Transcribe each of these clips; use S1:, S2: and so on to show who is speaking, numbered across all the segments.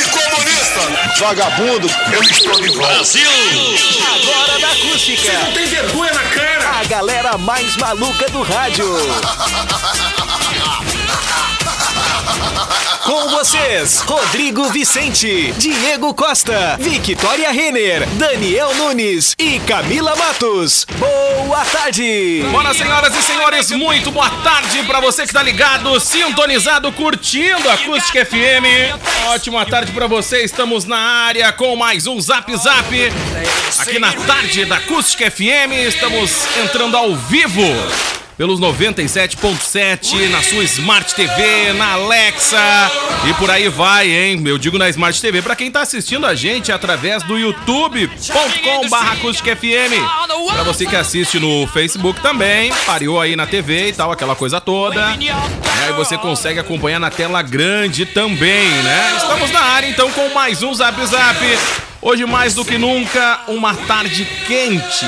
S1: e comunista.
S2: Vagabundo, eu estou de volta.
S3: Agora da acústica. Você não tem vergonha na cara. A galera mais maluca do rádio. Com vocês, Rodrigo Vicente, Diego Costa, Victoria Renner, Daniel Nunes e Camila Matos. Boa tarde.
S4: Bora, senhoras e senhores, muito boa tarde pra você que está ligado, sintonizado, curtindo a Acústica FM. Ótima tarde pra você, estamos na área com mais um Zap Zap. Aqui na tarde da Acústica FM, estamos entrando ao vivo pelos 97.7 na sua Smart TV, na Alexa e por aí vai, hein? Eu digo na Smart TV pra quem tá assistindo a gente através do youtube.com/acústica.fm. Pra você que assiste no Facebook também, pareou aí na TV e tal, aquela coisa toda. É, E aí você consegue acompanhar na tela grande também, né? Estamos na área então com mais um Zap Zap. Hoje mais do que nunca, uma tarde quente,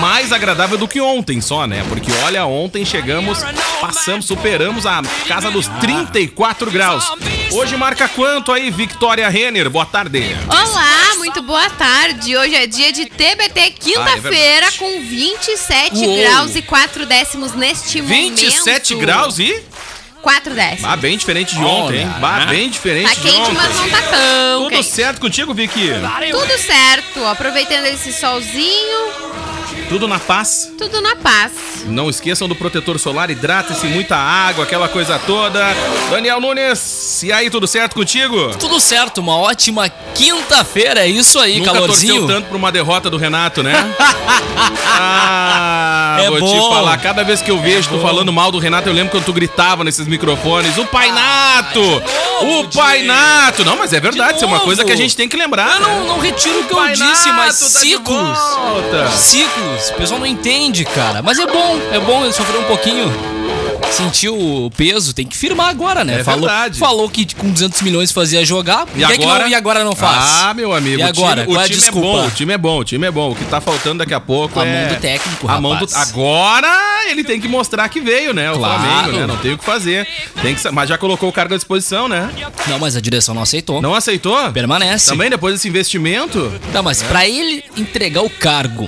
S4: mais agradável do que ontem só, né? Porque olha, ontem chegamos, passamos, superamos a casa dos 34 graus. Hoje marca quanto aí, Victoria Renner? Boa tarde.
S5: Olá, muito boa tarde. Hoje é dia de TBT, quinta-feira,
S4: Ah, é verdade.
S5: com 27
S4: Uou.
S5: graus e 4 décimos neste momento.
S4: 27 graus e.
S5: 4 décimos.
S4: Ah, bem diferente de ontem, hein? Bah, bem diferente
S5: Tá
S4: de
S5: quente,
S4: ontem.
S5: mas não tá tão
S4: Tudo
S5: quente.
S4: certo contigo, Vicky?
S5: Tudo certo, aproveitando esse solzinho,
S4: Tudo na paz.
S5: tudo na paz.
S4: Não esqueçam do protetor solar, hidrate-se, muita água, aquela coisa toda. Daniel Nunes, e aí, tudo certo contigo?
S6: Tudo certo, uma ótima quinta-feira, é isso aí,
S4: Nunca torceu
S6: calorzinho.
S4: tanto pra uma derrota do Renato, né? ah,
S6: É
S4: vou te
S6: bom. É
S4: falar, cada vez que eu vejo tu falando mal do Renato, eu lembro quando tu gritava nesses microfones, o Painato!
S6: Ah, é de novo,
S4: o Painato! Não, mas é verdade,
S6: De
S4: isso é uma coisa
S6: novo?
S4: que a gente tem que lembrar. né?
S6: Eu Ah, não, não retiro o que eu disse, mas
S4: tá
S6: ciclos. Ciclos, o pessoal não entende, cara. Mas é bom, é bom eu sofrer um pouquinho. Sentiu o peso, tem que firmar agora, né?
S4: É
S6: falou,
S4: verdade.
S6: falou que com 200 milhões fazia jogar. por
S4: E
S6: que
S4: agora?
S6: que não, e agora não faz?
S4: Ah, meu amigo.
S6: E agora?
S4: O time,
S6: Qual é
S4: o
S6: a
S4: time é
S6: desculpa?
S4: bom, o time é bom, o time é bom. O que tá faltando daqui a pouco
S6: A
S4: é...
S6: mão do técnico,
S4: A mão do...
S6: rapaz.
S4: Agora ele tem que mostrar que veio, né? O
S6: Claro.
S4: Flamengo, né? Não tem o que fazer. Tem que... sa- Mas já colocou o cargo à disposição, né?
S6: Não, mas a direção não aceitou.
S4: Não aceitou?
S6: Permanece.
S4: Também depois desse investimento?
S6: Tá, mas pra ele entregar o cargo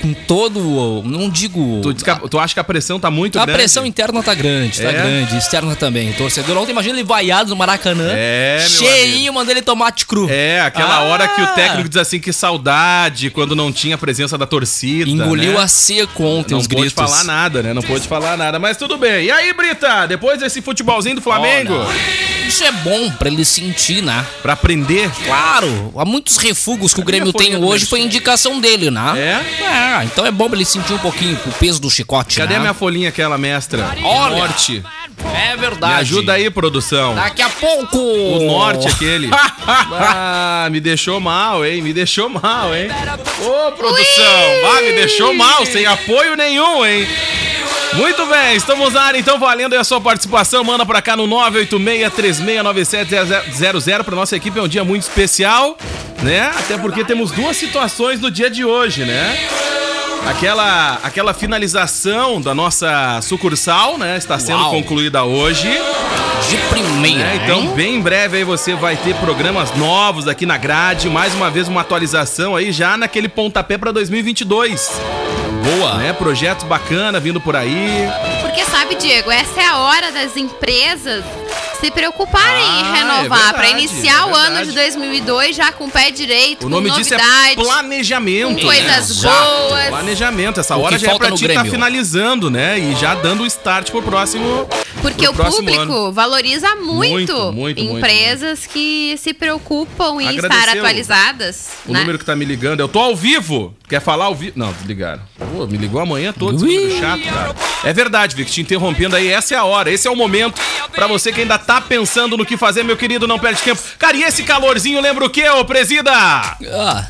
S6: com todo o. Não digo.
S4: Tu, diz que a- tu acha que a pressão tá muito
S6: a
S4: grande?
S6: pressão interna tá grande, tá
S4: É.
S6: grande, externa também. O torcedor ontem, imagina ele vaiado no Maracanã,
S4: É, meu
S6: cheinho, mandando ele tomate cru.
S4: É, aquela
S6: Ah!
S4: hora que o técnico diz assim que saudade quando não tinha a presença da torcida.
S6: Engoliu
S4: né?
S6: a seco ontem
S4: Não
S6: os
S4: pôde
S6: gritos.
S4: falar nada, né? Não pôde falar nada. Mas tudo bem. E aí, Brita? Depois desse futebolzinho do Flamengo?
S6: Olha, isso é bom pra ele sentir, né?
S4: Pra aprender?
S6: Claro, há muitos refugos que o Grêmio
S4: folha
S6: tem
S4: do
S6: hoje
S4: meu
S6: foi indicação dele, né?
S4: É?
S6: É, então é bom pra ele sentir um pouquinho o peso do chicote,
S4: Cadê
S6: né?
S4: a minha folhinha aquela, mestra?
S6: Olha.
S4: Norte.
S6: É
S4: Me
S6: verdade.
S4: ajuda aí, produção.
S6: Daqui a pouco.
S4: O norte aquele. ah, me deixou mal, hein? Me deixou mal, hein? Ô, produção! Ah, me deixou mal, sem apoio nenhum, hein? Muito bem, estamos na área, então valendo aí a sua participação. Manda pra cá no 986-369700 pra nossa equipe. É um dia muito especial, né? Até porque temos duas situações no dia de hoje, né? Aquela, aquela finalização da nossa sucursal, né? Está sendo
S6: Uau.
S4: concluída hoje.
S6: De primeira.
S4: É, então,
S6: hein?
S4: bem em breve aí você vai ter programas novos aqui na grade. Mais uma vez, uma atualização aí já naquele pontapé pra 2022.
S6: Boa.
S4: Né? Projetos bacana vindo por aí.
S5: Porque sabe, Diego, essa é a hora das empresas se preocuparem
S4: Ah,
S5: em
S4: é
S5: renovar, pra
S4: verdade,
S5: iniciar
S4: é
S5: o ano
S4: verdade.
S5: de 2002 já com o pé direito,
S4: O nome
S5: com
S4: disso
S5: novidades,
S4: é planejamento. né?
S5: com coisas
S6: Exato.
S5: boas.
S4: Planejamento. Essa
S6: O
S4: hora
S6: que
S4: já é
S6: falta
S4: pra
S6: no
S4: ti tá
S6: Grêmio.
S4: finalizando, né? E já dando o start pro próximo.
S5: Porque
S4: pro
S5: o
S4: próximo
S5: público
S4: ano.
S5: valoriza muito,
S4: Muito, muito,
S5: empresas que se preocupam em estar
S4: Agradecer o-
S5: atualizadas.
S4: O
S5: né?
S4: número que tá me ligando. Eu tô ao vivo. Quer falar ao vivo? Não, ligaram. Pô, me ligou amanhã todo. esse número chato, cara. É verdade, Vic. Te interrompendo aí. Essa é a hora. Esse é o momento pra você que ainda tá pensando no que fazer, meu querido. Não perde tempo. Cara, e esse calorzinho lembra o quê, ô presida?
S6: Ah,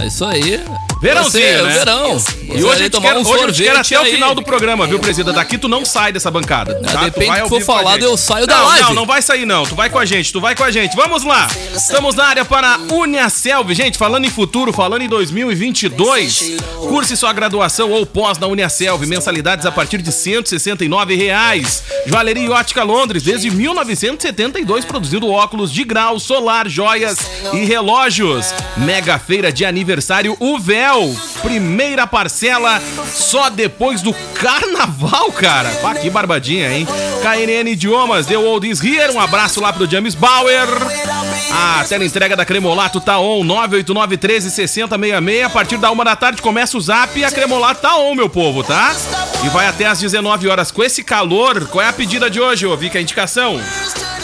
S6: é isso aí.
S4: Verãozinho,
S6: Você,
S4: né?
S6: Verão.
S4: E hoje a gente
S6: tomar
S4: quer,
S6: um
S4: hoje a gente
S6: sorvete
S4: quer até o
S6: aí.
S4: final do programa, viu, presida? Daqui tu não sai dessa bancada.
S6: Ah,
S4: tá? Tu
S6: depende
S4: vai
S6: do
S4: ao
S6: que for
S4: vivo com a
S6: falado,
S4: gente.
S6: eu
S4: não,
S6: saio da live.
S4: Não, não vai sair não. Tu vai com a gente, tu vai com a gente. Vamos lá. Estamos na área para a Uniaselv. Gente, falando em futuro, falando em 2022, curse sua graduação ou pós na Uniaselv. Mensalidades a partir de R$ 169 reais. Joalheria e Ótica Londres, desde 1972, produzindo óculos de grau, solar, joias e relógios. Mega feira de aniversário Uvel. Primeira parcela só depois do carnaval, cara. Pá, que barbadinha, hein? KNN Idiomas, The Old Is Here. Um abraço lá pro James Bauer. A tela entrega da Cremolato tá on, 989 13 6066. A partir da uma da tarde começa o zap e a Cremolato tá on, meu povo, tá? E vai até às 19 horas. Com esse calor, qual é a pedida de hoje, ô? Vica, a indicação?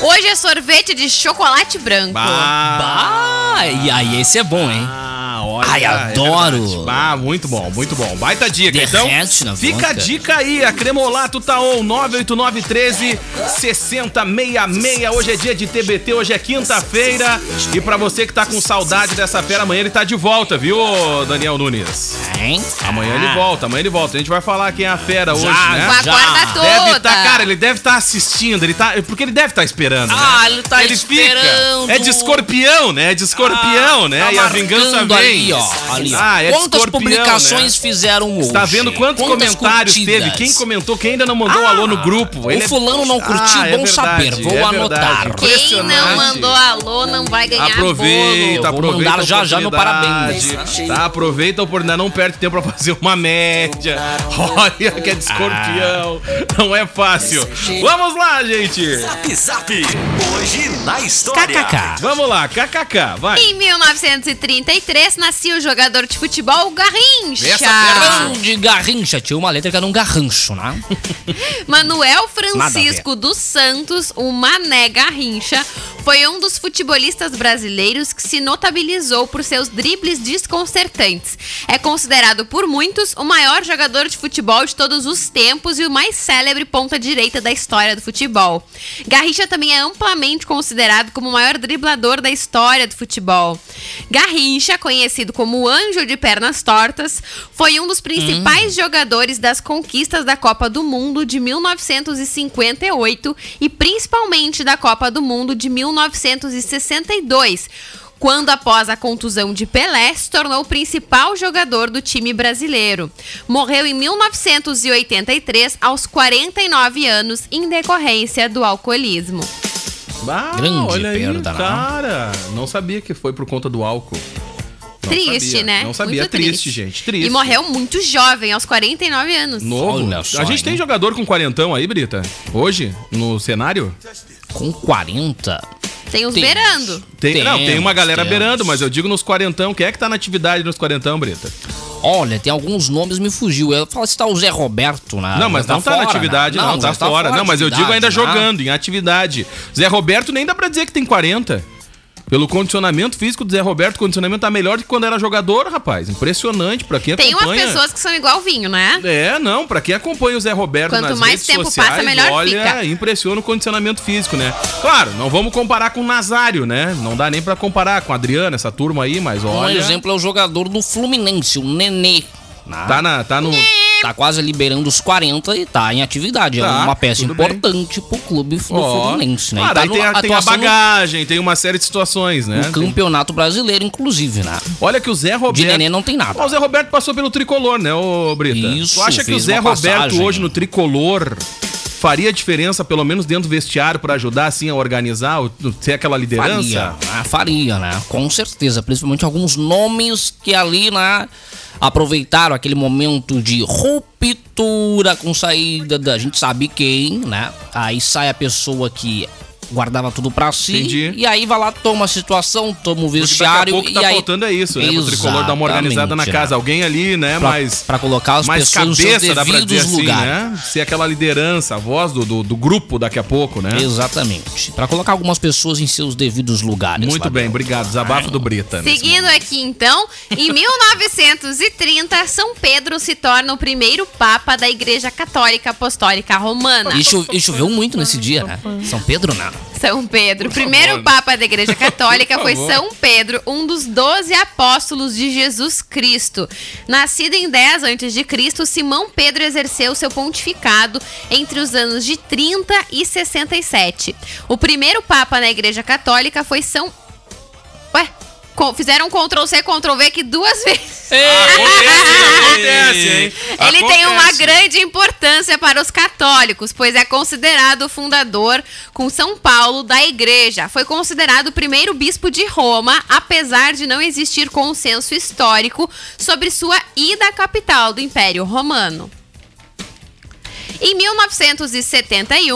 S5: Hoje é sorvete de chocolate branco.
S6: Bah, e aí esse é bom, hein?
S4: Ah, olha.
S6: Ai,
S4: é
S6: adoro.
S4: verdade. ah, muito bom, muito bom. Baita dica,
S6: Derrete
S4: então.
S6: na
S4: Fica a
S6: boca.
S4: dica aí, a Cremolato tá on 989 13 6066. Hoje é dia de TBT, hoje é quinta-feira. E pra você que tá com saudade dessa fera, amanhã ele tá de volta, viu, Daniel Nunes?
S6: Ah, Hein?
S4: Amanhã ele volta, amanhã ele volta. A gente vai falar quem é a fera hoje,
S5: Com a
S4: né?
S5: corda
S4: Deve
S5: toda.
S4: tá, cara, ele deve estar assistindo, ele tá, porque ele deve estar esperando, né?
S6: Ah, ele tá
S4: fica.
S6: esperando.
S4: É de escorpião, né? É de escorpião,
S6: Ah,
S4: né?
S6: tá
S4: e a vingança
S6: marcando
S4: vem.
S6: Ali, ó, ali, ó.
S4: Ah, é de
S6: Quantas
S4: escorpião,
S6: publicações
S4: né?
S6: fizeram hoje?
S4: Tá vendo quantos
S6: Quantas
S4: comentários
S6: curtidas? Ah,
S4: teve? Quem comentou, quem ainda não mandou alô no grupo?
S6: O fulano não curtiu,
S4: Ah, é
S6: bom
S4: verdade,
S6: saber. Vou
S4: é
S6: anotar.
S4: verdade.
S5: Quem não
S4: Impressionante.
S5: mandou alô não vai ganhar
S4: Aproveita,
S5: bolo.
S6: Eu vou
S4: aproveita.
S6: mandar
S4: a
S6: já, já no parabéns.
S4: oportunidade, Tá, aproveita a oportunidade, não perde tempo pra fazer uma média. Olha que é de escorpião. Não é fácil. Vamos lá, gente.
S6: KKK.
S4: Vamos lá, kkk, vai.
S5: Em 1933 nascia o jogador de futebol Garrincha.
S4: Essa fera
S6: Grande Garrincha. Tinha uma letra que era um garrancho, né?
S5: Manuel
S6: Nada a
S5: Francisco dos Santos, o Mané Garrincha, foi um dos futebolistas brasileiros que se notabilizou por seus dribles desconcertantes. É considerado por muitos o maior jogador de futebol de todos os tempos e o mais célebre ponta-direita da história do futebol. Garrincha também é amplamente considerado como o maior driblador da história do futebol. Garrincha, conhecido como o Anjo de Pernas Tortas, foi um dos principais
S4: Hum.
S5: jogadores das conquistas da Copa do Mundo de 1958 e principalmente da Copa do Mundo de 1962. Quando, após a contusão de Pelé, se tornou o principal jogador do time brasileiro. Morreu em 1983, aos 49 anos, em decorrência do alcoolismo.
S4: Ah,
S6: Grande
S4: olha aí,
S6: perda, né?
S4: cara. Não sabia que foi por conta do álcool. Não
S5: triste,
S4: sabia,
S5: né?
S4: Não sabia,
S5: Muito
S4: triste, gente, triste.
S5: E morreu muito jovem, aos 49 anos.
S4: Novo.
S6: Olha só,
S4: a gente
S6: hein?
S4: tem jogador com quarentão aí, Brita? Hoje? No cenário?
S6: Com 40.
S5: Tem os
S6: Temos.
S5: beirando.
S4: Tem, não, tem uma
S6: Temos,
S4: galera
S6: temos.
S4: beirando, mas eu digo nos quarentão. Quem é que tá na atividade nos quarentão, Brita?
S6: Olha, tem alguns nomes me fugiu. Eu falo se tá o Zé Roberto, né?
S4: não, mas não tá, na
S6: fora,
S4: atividade,
S6: né?
S4: não, tá,
S6: já
S4: fora. Não,
S6: de
S4: mas eu digo
S6: atividade,
S4: ainda
S6: né?
S4: jogando, em atividade. Zé Roberto nem dá pra dizer que tem 40. Pelo condicionamento físico do Zé Roberto, o condicionamento tá melhor do que quando era jogador, rapaz. Impressionante pra quem
S5: Tem umas
S4: acompanha.
S5: pessoas que são igual vinho, né?
S4: É, não, pra quem acompanha o Zé Roberto
S5: Quanto
S4: nas
S5: mais
S4: redes
S5: tempo
S4: sociais,
S5: passa, melhor
S4: olha,
S5: fica.
S4: impressiona o condicionamento físico, né? Claro, não vamos comparar com o Nazário, né? Não dá nem pra comparar com a Adriana, essa turma aí, mas
S6: Um
S4: olha,
S6: exemplo é o jogador do Fluminense, o Nenê. né?
S4: tá na, tá no
S6: Tá quase liberando os 40 e tá em atividade.
S4: Tá,
S6: é uma peça
S4: tudo bem.
S6: importante pro clube do
S4: Ó,
S6: Fluminense, né? E
S4: Claro,
S6: tá
S4: aí tem,
S6: numa
S4: a, tem a
S6: atuação no-
S4: bagagem, tem uma série de situações, né?
S6: no campeonato brasileiro, inclusive, né?
S4: Olha que o Zé Roberto.
S6: De neném não tem nada.
S4: Ó, o Zé Roberto passou pelo tricolor, né, ô Brita?
S6: Isso,
S4: Tu acha que o
S6: fez
S4: Zé
S6: uma
S4: Roberto
S6: passagem.
S4: hoje no tricolor faria diferença, pelo menos dentro do vestiário, pra ajudar assim a organizar, o- ter aquela liderança?
S6: Faria, né? faria, né? Com certeza, principalmente alguns nomes que ali, né, aproveitaram aquele momento de ruptura com saída da gente sabe quem, né? Aí sai a pessoa que guardava tudo pra si
S4: Entendi.
S6: e aí vai lá toma a situação, toma o
S4: Porque daqui a
S6: vestiário
S4: pouco tá
S6: e aí
S4: faltando é isso, né? O tricolor dar uma organizada na
S6: Exatamente,
S4: casa. Alguém ali, né?
S6: né? Pra,
S4: mais
S6: pra colocar as
S4: mais
S6: pessoas nos seus
S4: cabeça, dá pra dizer
S6: devidos
S4: assim,
S6: lugares.
S4: né? Ser aquela liderança, a voz do, do, do grupo daqui a pouco, né?
S6: Exatamente. Pra colocar algumas pessoas em seus devidos lugares.
S4: Muito
S6: lá
S4: bem,
S6: dentro.
S4: obrigado. Desabafo do Brita. né? nesse
S5: Seguindo aqui então, em 1930, São Pedro se torna o primeiro papa da Igreja Católica Apostólica Romana.
S6: E, cho- e choveu muito nesse dia, né? São Pedro, né?
S5: São Pedro. O
S4: favor,
S5: primeiro
S4: né?
S5: papa da Igreja Católica
S4: Por
S5: foi
S4: favor.
S5: São Pedro, um dos doze apóstolos de Jesus Cristo. Nascido em 10 antes de Cristo, Simão Pedro exerceu seu pontificado entre os anos de 30 e 67. O primeiro papa na Igreja Católica foi São Ué, co- fizeram um Ctrl C, Ctrl V aqui duas vezes.
S4: Acontece, hein?
S5: Ele tem uma
S4: Acontece.
S5: grande importância para os católicos, pois é considerado o fundador com São Paulo da igreja. Foi considerado o primeiro bispo de Roma, apesar de não existir consenso histórico sobre sua ida à capital do Império Romano. Em 1971,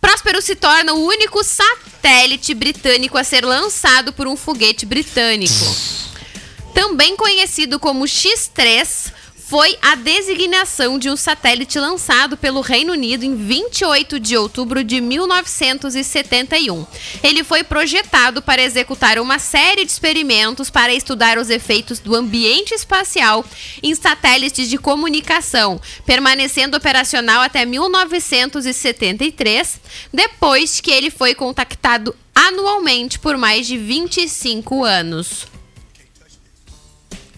S5: Próspero se torna o único satélite britânico a ser lançado por um foguete britânico. Também conhecido como X3, foi a designação de um satélite lançado pelo Reino Unido em 28 de outubro de 1971. Ele foi projetado para executar uma série de experimentos para estudar os efeitos do ambiente espacial em satélites de comunicação, permanecendo operacional até 1973, depois que ele foi contactado anualmente por mais de 25 anos.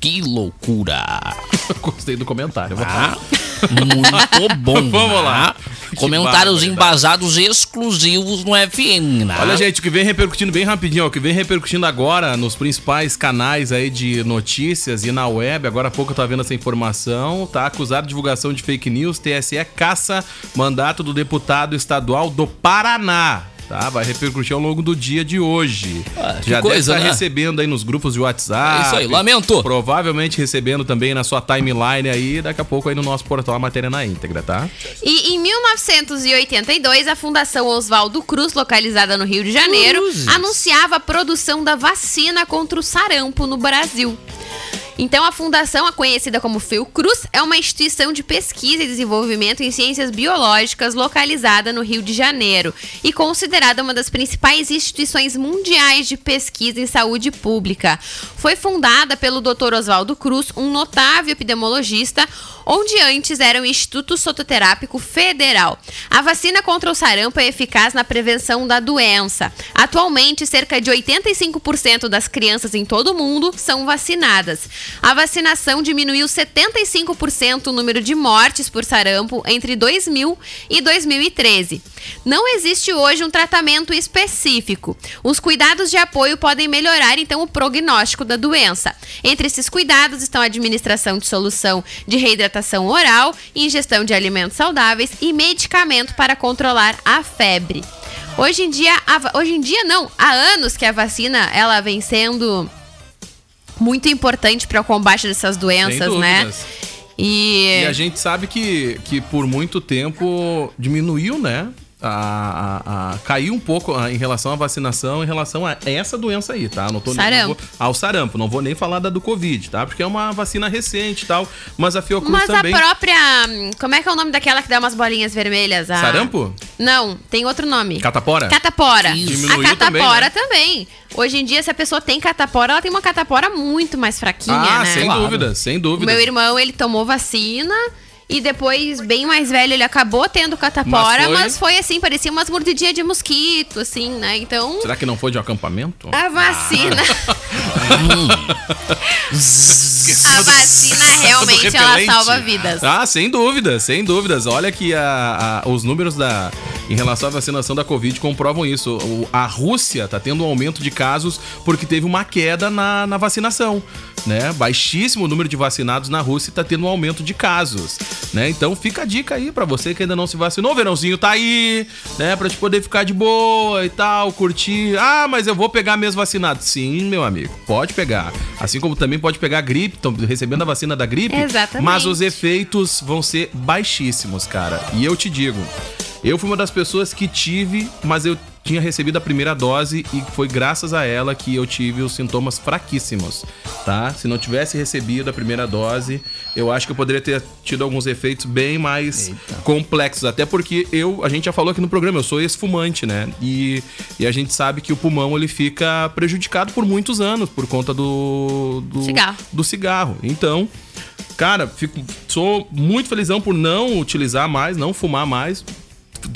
S6: Que loucura.
S4: Gostei do comentário.
S6: Tá? Muito bom.
S4: Vamos lá.
S6: tá?
S4: Que
S6: Comentários
S4: barbaridade.
S6: embasados exclusivos no FN. tá?
S4: Olha, gente, o que vem repercutindo bem rapidinho, ó, o que vem repercutindo agora nos principais canais aí de notícias e na web, agora há pouco eu tava vendo essa informação, tá? Acusado de divulgação de fake news, TSE é caça mandato do deputado estadual do Paraná. Tá, vai repercutir ao longo do dia de hoje.
S6: Ah, que
S4: Já deve
S6: coisa,
S4: estar
S6: né?
S4: recebendo aí nos grupos de WhatsApp.
S6: É isso aí, lamento.
S4: Provavelmente recebendo também na sua timeline aí, daqui a pouco aí no nosso portal a matéria na íntegra, tá?
S5: E em 1982, a Fundação Oswaldo Cruz, localizada no Rio de Janeiro, anunciava a produção da vacina contra o sarampo no Brasil. Então, a fundação, a conhecida como Fiocruz, é uma instituição de pesquisa e desenvolvimento em ciências biológicas localizada no Rio de Janeiro e considerada uma das principais instituições mundiais de pesquisa em saúde pública. Foi fundada pelo Dr. Oswaldo Cruz, um notável epidemiologista, onde antes era o Instituto Sototerápico Federal. A vacina contra o sarampo é eficaz na prevenção da doença. Atualmente, cerca de 85% das crianças em todo o mundo são vacinadas. A vacinação diminuiu 75% o número de mortes por sarampo entre 2000 e 2013. Não existe hoje um tratamento específico. Os cuidados de apoio podem melhorar então o prognóstico da doença. Entre esses cuidados estão a administração de solução de reidratação oral, ingestão de alimentos saudáveis e medicamento para controlar a febre. Hoje em dia, a va- hoje em dia não, há anos que a vacina ela vem sendo muito importante para o combate dessas doenças, né?
S4: dúvidas.
S5: E,
S4: E a gente sabe que, que por muito tempo diminuiu, né? A, a- a- caiu um pouco ah, em relação à vacinação, em relação a essa doença aí, tá? Não tô nem- não
S5: Sarampo.
S4: vou- ao sarampo. Não vou nem falar da do Covid, tá? Porque é uma vacina recente e tal. Mas a Fiocruz
S5: mas
S4: também.
S5: a própria, hum, como é que é o nome daquela que dá umas bolinhas vermelhas? A-
S4: Sarampo?
S5: Não, tem outro nome.
S4: Catapora?
S5: Catapora.
S4: Diminuiu
S5: a catapora
S4: também, né?
S5: também, Hoje em dia, se a pessoa tem catapora, ela tem uma catapora muito mais fraquinha,
S4: ah,
S5: né?
S4: sem
S6: Claro.
S4: dúvida, sem
S5: O
S4: dúvida.
S5: meu irmão, ele tomou vacina e depois, bem mais velho, ele acabou tendo catapora, mas
S4: Mas
S5: foi,
S4: foi-
S5: assim, parecia umas mordidinhas de mosquito, assim, né? Então,
S4: Será que não foi de um acampamento?
S5: a vacina, a
S4: Esqueceu do-
S5: vacina realmente
S4: do
S5: ela
S4: repelente.
S5: salva vidas.
S4: Ah, sem dúvidas, sem dúvidas. Olha que a- a- os números da, em relação à vacinação da Covid comprovam isso. O- a Rússia tá tendo um aumento de casos porque teve uma queda na, na vacinação. Né? Baixíssimo número de vacinados na Rússia e tá tendo um aumento de casos. Né? Então fica a dica aí pra você que ainda não se vacinou. O verãozinho tá aí, né? Pra te poder ficar de boa e tal, curtir. Ah, mas eu vou pegar mesmo vacinado. Sim, meu amigo, pode pegar. Assim como também pode pegar a gripe, estão recebendo a vacina da gripe.
S5: Exatamente.
S4: Mas os efeitos vão ser baixíssimos, cara. E eu te digo, eu fui uma das pessoas que tive, mas eu tinha recebido a primeira dose e foi graças a ela que eu tive os sintomas fraquíssimos, tá? Se não tivesse recebido a primeira dose, eu acho que eu poderia ter tido alguns efeitos bem mais complexos, até porque eu, a gente já falou aqui no programa, eu sou ex-fumante, né? E, e a gente sabe que o pulmão ele fica prejudicado por muitos anos por conta do do
S5: Cigarro.
S4: do cigarro. Então, Cara, fico, sou muito felizão por não utilizar mais, não fumar mais.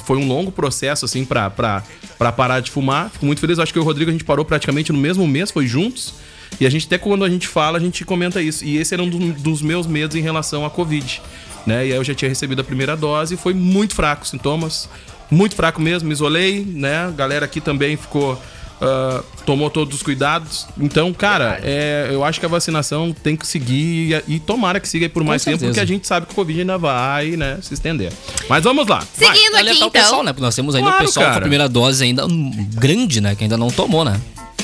S4: Foi um longo processo, assim, pra, pra pra parar de fumar. Fico muito feliz. Acho que eu e o Rodrigo a gente parou praticamente no mesmo mês, foi juntos. E a gente, até quando a gente fala, a gente comenta isso. E esse era um do- dos meus medos em relação à Covid. Né? E aí eu já tinha recebido a primeira dose, foi muito fraco os sintomas. Muito fraco mesmo, me isolei, né? A galera aqui também ficou. ah, tomou todos os cuidados. Então, cara, é, eu acho que a vacinação tem que seguir e, e tomara que siga aí por mais tempo,
S6: certeza.
S4: porque a gente sabe que o Covid ainda vai, né, se estender. Mas vamos lá. vai.
S5: Seguindo
S6: Vai
S5: aqui,
S6: alertar
S5: então.
S6: o pessoal, né? Porque nós temos ainda
S4: Claro,
S6: o pessoal com
S4: cara.
S6: a primeira dose ainda hum, grande, né? Que ainda não tomou, né?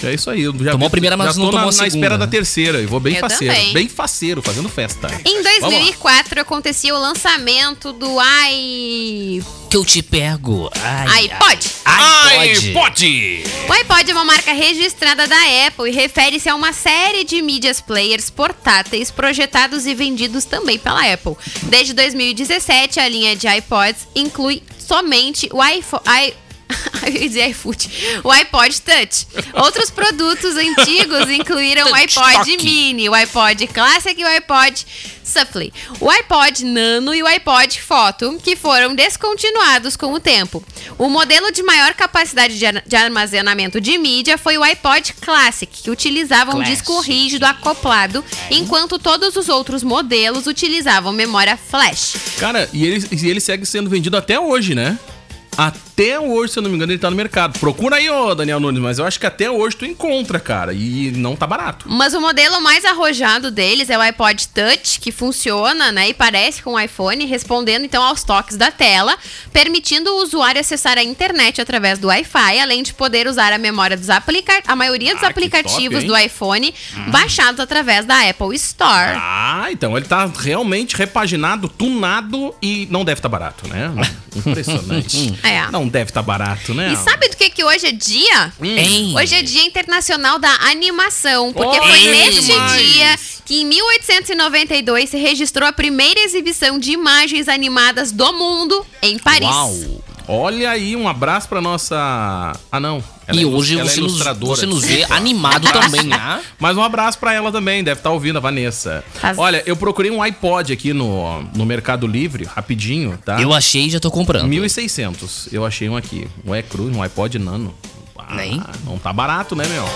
S4: É isso aí. Eu já
S6: Tomou a
S4: vi-
S6: primeira, mas
S4: já
S6: não
S4: tô
S6: tomou a
S4: na, na
S6: segunda.
S4: espera da terceira. E vou bem
S5: Eu
S4: faceiro.
S5: também.
S4: Bem faceiro, fazendo festa.
S5: então, Em
S4: Vamos lá.
S5: 2004 acontecia o lançamento do i...
S6: Que eu te pego. Ai,
S5: iPod.
S4: Ai,
S6: iPod.
S4: pode!
S5: O iPod é uma marca registrada da Apple e refere-se a uma série de mídias players portáteis projetados e vendidos também pela Apple. Desde 2017, a linha de iPods inclui somente o iPhone. Eu ia dizer iFood. O iPod Touch. Outros produtos antigos incluíram o iPod
S6: Touch.
S5: Mini, o iPod Classic e o iPod Shuffle. O iPod Nano e o iPod Photo, que foram descontinuados com o tempo. O modelo de maior capacidade de ar- de armazenamento de mídia foi o iPod Classic, que utilizava um
S6: Classic.
S5: disco rígido acoplado, enquanto todos os outros modelos utilizavam memória flash.
S4: Cara, e ele, e ele segue sendo vendido até hoje, né? Até hoje, se eu não me engano, ele tá no mercado. Procura aí, ô Daniel Nunes, mas eu acho que até hoje tu encontra, cara. E não tá barato.
S5: Mas o modelo mais arrojado deles é o iPod Touch, que funciona, né, e parece com o iPhone, respondendo então aos toques da tela, permitindo o usuário acessar a internet através do Wi-Fi, além de poder usar a memória dos aplicativos, a maioria dos
S4: Ah, que
S5: aplicativos
S4: top, Hum.
S5: do iPhone baixados através da Apple Store.
S4: Ah, então ele tá realmente repaginado, tunado e não deve tá barato, né? Impressionante.
S5: É.
S4: Não deve tá barato, né?
S5: E sabe do que, que hoje é dia?
S6: Hein?
S5: Hoje é Dia Internacional da Animação, porque
S4: Olha
S5: foi
S4: que
S5: neste
S4: demais.
S5: dia que em 1892 se registrou a primeira exibição de imagens animadas do mundo em Paris.
S6: Uau.
S4: Olha aí, um abraço pra nossa. Ah, não. Ela é
S6: E
S4: ilus-
S6: hoje
S4: ela é
S6: você nos,
S4: ilustradora. Ah,
S6: você nos vê animado também, né?
S4: Mas um abraço pra ela também, deve estar ouvindo a Vanessa.
S5: Faz-
S4: Olha, eu procurei um iPod aqui no, no Mercado Livre, rapidinho, tá?
S6: Eu achei e já tô comprando.
S4: 1600, eu achei um aqui. Um E-Cruz, um iPod Nano. Ah,
S6: Nem.
S4: Não tá barato, né, meu?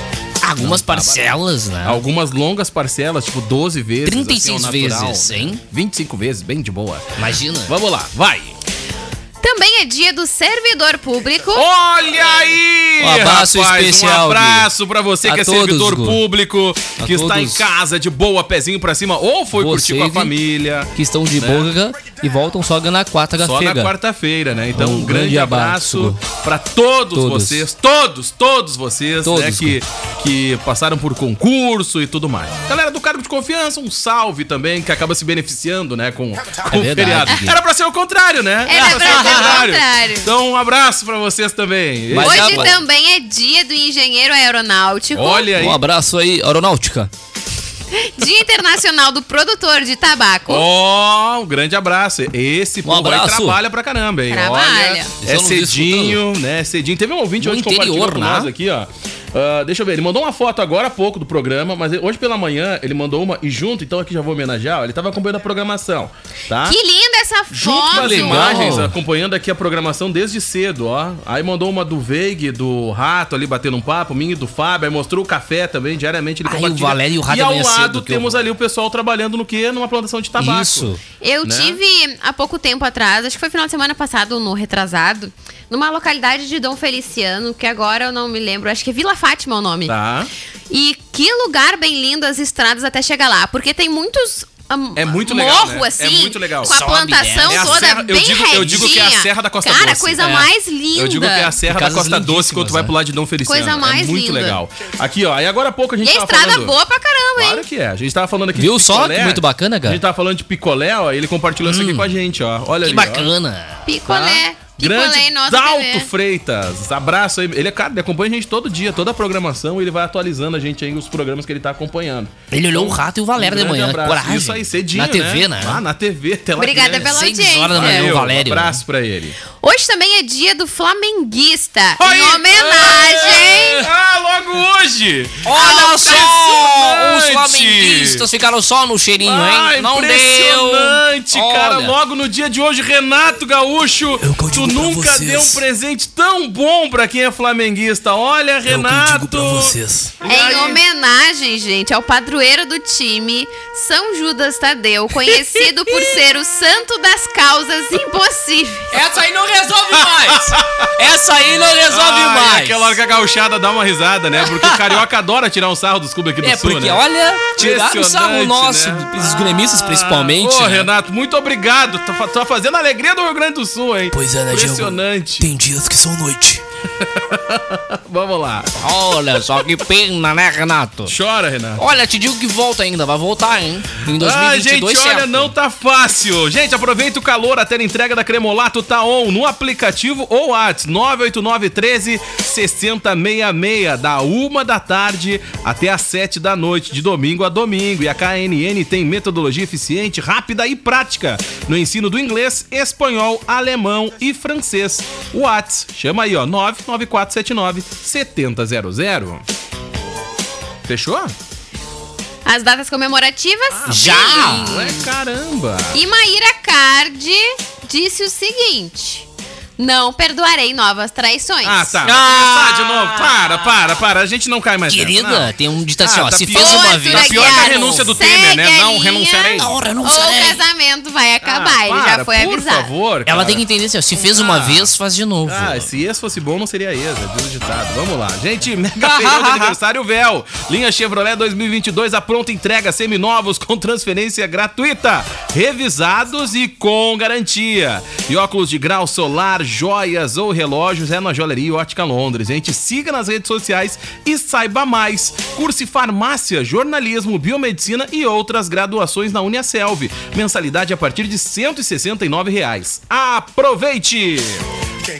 S6: Algumas
S4: tá
S6: parcelas, né?
S4: Algumas longas parcelas, tipo 12 vezes.
S6: 36
S4: ao natural.
S6: vezes, hein?
S4: 25 vezes, bem de boa.
S6: Imagina.
S4: Vamos lá, vai.
S5: Também é dia do servidor público.
S4: Oh, Olha aí!
S6: Um abraço
S4: rapaz,
S6: especial,
S4: Um abraço pra você
S6: A
S4: que é
S6: todos,
S4: servidor
S6: Gu.
S4: público,
S6: A
S4: que está em
S6: todos.
S4: casa de boa, pezinho pra cima, ou foi
S6: Você
S4: curtir com a
S6: vi-
S4: família.
S6: Que estão de
S4: Né?
S6: boga e voltam só na
S4: Só na
S6: quarta-feira.
S4: quarta-feira, né? Então, um
S6: Um
S4: grande
S6: grande abraço,
S4: abraço pra todos,
S6: Todos.
S4: vocês, todos, todos vocês, né?
S6: Todos,
S4: Que, que passaram por concurso e tudo mais. Galera do cargo de confiança, um salve também, que acaba se beneficiando, né? Com, com o
S6: verdade,
S4: feriado.
S6: Gui.
S4: Era pra ser o contrário, né?
S5: É Era pra ser o contrário.
S4: Então, um abraço pra vocês também.
S6: Mas
S5: Hoje
S6: agora-
S5: também é dia do engenheiro aeronáutico,
S4: Olha aí.
S6: Um abraço aí, aeronáutica.
S5: dia internacional do produtor de tabaco.
S4: Ó, um grande abraço. Esse povo aí
S6: Um abraço.
S4: trabalha pra caramba, hein?
S5: Trabalha.
S4: Olha,
S6: Isso
S4: é
S6: eu não vi
S4: cedinho, né? Cedinho. Teve um ouvinte
S6: No
S4: hoje
S6: interior,
S4: compartilhando com
S6: né?
S4: nós aqui, ó. Ah, deixa eu ver, ele mandou uma foto agora há pouco do programa, mas hoje pela manhã ele mandou uma e junto, então aqui já vou homenagear, ó, ele tava acompanhando a programação, tá?
S5: Que linda essa
S4: Junto com as
S5: foto!
S4: imagens,
S6: Uau.
S4: acompanhando aqui a programação desde cedo, ó. Aí mandou uma do Veig, do Rato ali batendo um papo, minha e do Fábio, aí mostrou o café também, diariamente ele
S6: Ai, o Valério e o Rato
S4: E ao
S6: amanhã
S4: lado
S6: cedo, que
S4: temos
S6: horror.
S4: ali o pessoal trabalhando no quê? Numa plantação de tabaco.
S6: Isso.
S5: Eu
S4: né?
S5: tive há pouco tempo atrás, acho que foi final de semana passado, no retrasado, numa localidade de Dom Feliciano, que agora eu não me lembro, acho que é Vila Fátima o nome.
S4: Tá.
S5: E que lugar bem lindo as estradas até chegar lá, porque tem muitos am-
S4: É muito legal,
S5: morro
S4: né? É
S5: assim,
S4: muito legal.
S5: com a
S6: Sobe,
S5: plantação
S6: desce.
S4: É a
S5: toda
S4: serra- eu
S5: bem
S4: digo- eu digo que é a
S5: retinha.
S4: serra da Costa
S5: Cara,
S4: Doce.
S5: coisa
S4: É.
S5: mais linda.
S4: Eu digo que é a Serra da
S6: Casas
S4: Costa Doce quando tu vai
S6: lindíssimas, né?
S4: pro lado de Dom Feliciano.
S5: Coisa mais
S4: é muito
S5: linda.
S4: legal. Aqui, ó. Aí agora há pouco a gente
S5: E a
S4: tava
S5: estrada
S4: falando...
S5: boa pra caramba, hein?
S4: Claro que é. A gente tava falando aqui
S6: Viu
S4: de
S6: só?
S4: picolé.
S6: Que muito bacana, cara.
S4: A gente tava falando de picolé, ó. e Ele compartilhou isso aqui com a gente, ó. Olha
S6: Que
S4: ali, ó.
S6: bacana.
S4: Tá?
S5: Picolé. é Picolé
S4: Grande
S5: em né? nossa
S4: Dalto
S5: TV.
S4: Freitas, abraço aí. Ele, é cara, ele acompanha a gente todo dia, toda a programação, ele vai atualizando a gente aí os programas que ele tá acompanhando. Um
S6: Ele olhou o rato e o Valério de
S4: grande
S6: manhã.
S4: abraço.
S6: Coragem.
S4: Isso aí, cedinho,
S6: Na TV, né?
S4: Ah, na TV, tela
S5: Obrigada
S4: grande.
S5: pela
S6: Seis
S5: audiência.
S6: horas da manhã,
S4: Valeu,
S6: o Valério.
S4: Um abraço pra ele.
S5: Hoje também é dia do flamenguista.
S4: Aí!
S5: Em homenagem.
S4: Ah, logo hoje!
S6: Olha só! Os
S4: impressionante!
S6: flamenguistas ficaram só no cheirinho,
S4: Ah,
S6: hein? Não deu!
S4: impressionante, cara.
S6: Olha.
S4: Logo no dia de hoje, Renato Gaúcho.
S6: Eu continuo
S7: pra
S4: nunca
S7: vocês.
S4: deu um presente tão bom pra quem é flamenguista. Olha,
S7: É o que eu digo
S4: Renato.
S7: pra vocês.
S4: E aí?
S5: Em homenagem, gente, ao padroeiro do time, São Judas Tadeu, conhecido por ser o santo das causas impossíveis.
S8: Essa aí não resolve mais! Essa aí não resolve
S4: Ah, é
S8: mais!
S4: aquela hora que a gauchada dá uma risada, né? Porque o carioca adora tirar um sarro dos clubes aqui do
S8: É,
S4: Sul,
S8: porque
S4: né?
S8: olha, tiraram o sarro
S4: Impressionante,
S8: nosso,
S4: né?
S8: os gremistas principalmente.
S4: Ô,
S8: né?
S4: Renato, muito obrigado. Tá, fa- tá fazendo a alegria do Rio Grande do Sul, hein?
S7: Pois é, né, Diego?
S4: Impressionante.
S7: Tem dias que são noite.
S4: Vamos lá.
S6: Olha só que pena, né, Renato?
S4: Chora, Renato.
S6: Olha, te digo que volta ainda, vai voltar, hein? Em 2022,
S4: Ah, gente, olha,
S6: certo.
S4: não tá fácil. Gente, aproveita o calor até a entrega da Cremolato tá on no aplicativo ou at 989-13-6066, da uma da tarde até às 7 da noite, de domingo a domingo. E a KNN tem metodologia eficiente, rápida e prática no ensino do inglês, espanhol, alemão e francês. Whats, chama aí, ó, 99479-7000.
S6: Ah.
S4: Fechou?
S5: As datas comemorativas?
S4: Ah,
S6: Já?
S4: Ué, caramba!
S5: E Maíra Card disse o seguinte: Não perdoarei novas traições.
S4: Ah, tá.
S8: Ah!
S4: Começar de novo. Para, para, para. A gente não cai mais
S6: Querida,
S4: nessa, não.
S6: tem um ditado assim,
S4: Ah,
S6: ó.
S4: tá
S6: se
S4: pior.
S6: fez uma
S5: Ô,
S6: vez...
S4: Tá pior que a
S5: Segue
S4: renúncia do
S5: a
S4: Temer, né? Não
S5: linha.
S4: renunciarei.
S7: Não
S5: Ou o
S7: renunciarei.
S5: casamento vai acabar, ele já
S4: Ah, para,
S5: foi
S4: por
S5: avisado.
S4: favor,
S6: Ela
S4: cara.
S6: tem que entender assim, ó, se fez uma vez, faz de novo.
S4: Ah, se esse fosse bom, não seria ex, é diz o ditado. Vamos lá. Gente, mega período de aniversário véu. Linha Chevrolet 2022, a pronta entrega, seminovos com transferência gratuita, revisados e com garantia. E óculos de grau solar, joias ou relógios é na Joalheria e Ótica Londres. Gente, siga nas redes sociais e saiba mais. Curse farmácia, jornalismo, biomedicina e outras graduações na Uniaselv. Mensalidade a partir de R$ 169 reais. Aproveite!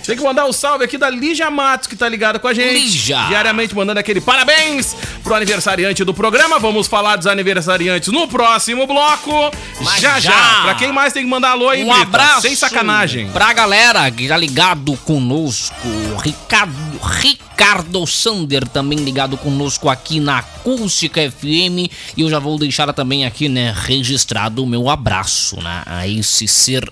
S4: Tem que mandar um salve aqui da Lígia Matos, que tá ligada com a gente.
S6: Lígia.
S4: Diariamente mandando aquele parabéns pro aniversariante do programa. Vamos falar dos aniversariantes no próximo bloco.
S6: Mas
S4: já, já,
S6: já.
S4: Pra quem mais tem que mandar alô aí,
S6: Um
S4: Brita?
S6: abraço
S4: Sem sacanagem.
S6: pra galera que tá ligado conosco. Ricardo, Ricardo Sander também ligado conosco aqui na Acústica FM. E eu já vou deixar também aqui, né, registrado o meu abraço, né, a esse ser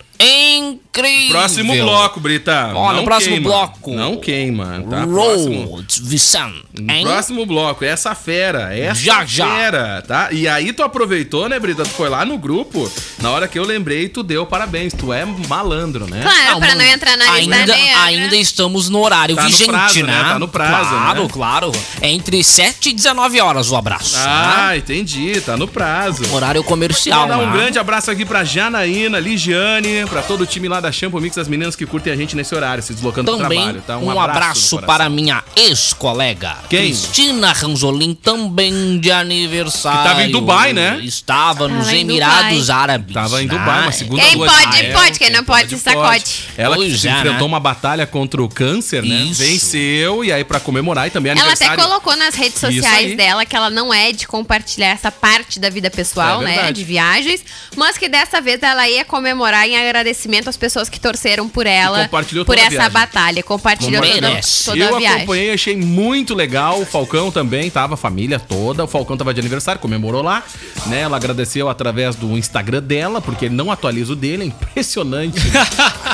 S6: incrível.
S4: Próximo bloco, Brita.
S6: Olha,
S4: Não
S6: próximo
S4: queima.
S6: bloco.
S4: Não queima, tá? Próximo.
S6: Rhodes Vicente, hein?
S4: Próximo bloco, essa fera, essa
S6: Já, já.
S4: fera, tá? E aí tu aproveitou, né, Brita? Tu foi lá no grupo, na hora que eu lembrei, tu deu parabéns. Tu é malandro, né?
S5: Claro, Ah, pra não
S6: mano,
S5: entrar na lista né?
S6: ainda,
S5: negra.
S6: ainda estamos no horário
S4: Tá no
S6: vigente,
S4: prazo, né?
S6: né?
S4: Tá no prazo,
S6: Claro,
S4: né?
S6: claro. É entre 7 e 19 horas o abraço. né?
S4: Ah, entendi, tá no prazo.
S6: Horário comercial,
S4: Mandar um
S6: né?
S4: grande abraço aqui pra Janaína, Ligiane, pra todo o time lá da Shampoo Mix, as meninas que curtem a gente nesse horário, se deslocando do
S6: Também
S4: trabalho, tá?
S6: um,
S4: no
S6: abraço,
S4: coração.
S6: para minha ex-colega
S4: Quem?
S6: Cristina Ranzolin, também de aniversário.
S4: Que tava em Dubai, né?
S6: Estava nos
S5: Tava em
S6: Emirados
S5: Dubai.
S6: Árabes.
S4: Tava em
S6: né?
S4: Dubai, uma segunda
S5: Quem
S4: lua
S5: pode,
S4: de mel,
S5: pode, quem não pode, sacode.
S4: Ela que
S6: Pois é,
S4: enfrentou
S6: né?
S4: uma batalha contra o câncer, né?
S6: Isso.
S4: Venceu, e aí pra comemorar e também
S5: Ela até
S4: aniversário.
S5: colocou nas redes
S4: Isso
S5: sociais
S4: aí.
S5: dela que ela não é de compartilhar essa parte da vida pessoal,
S4: É
S5: né?
S4: verdade.
S5: De viagens. Mas que dessa vez ela ia comemorar em agradecimento às pessoas que torceram por
S4: E
S5: ela.
S4: compartilhou
S5: por
S4: toda a
S5: essa
S4: viagem. né?
S5: batalha. Compartilhou toda,
S6: Merece.
S5: toda
S4: eu
S5: a viagem.
S4: acompanhei, achei muito legal. O Falcão também tava, a família toda. O Falcão tava de aniversário, comemorou lá. Né? Ela agradeceu através do Instagram dela, porque ele não atualiza o dele. É impressionante.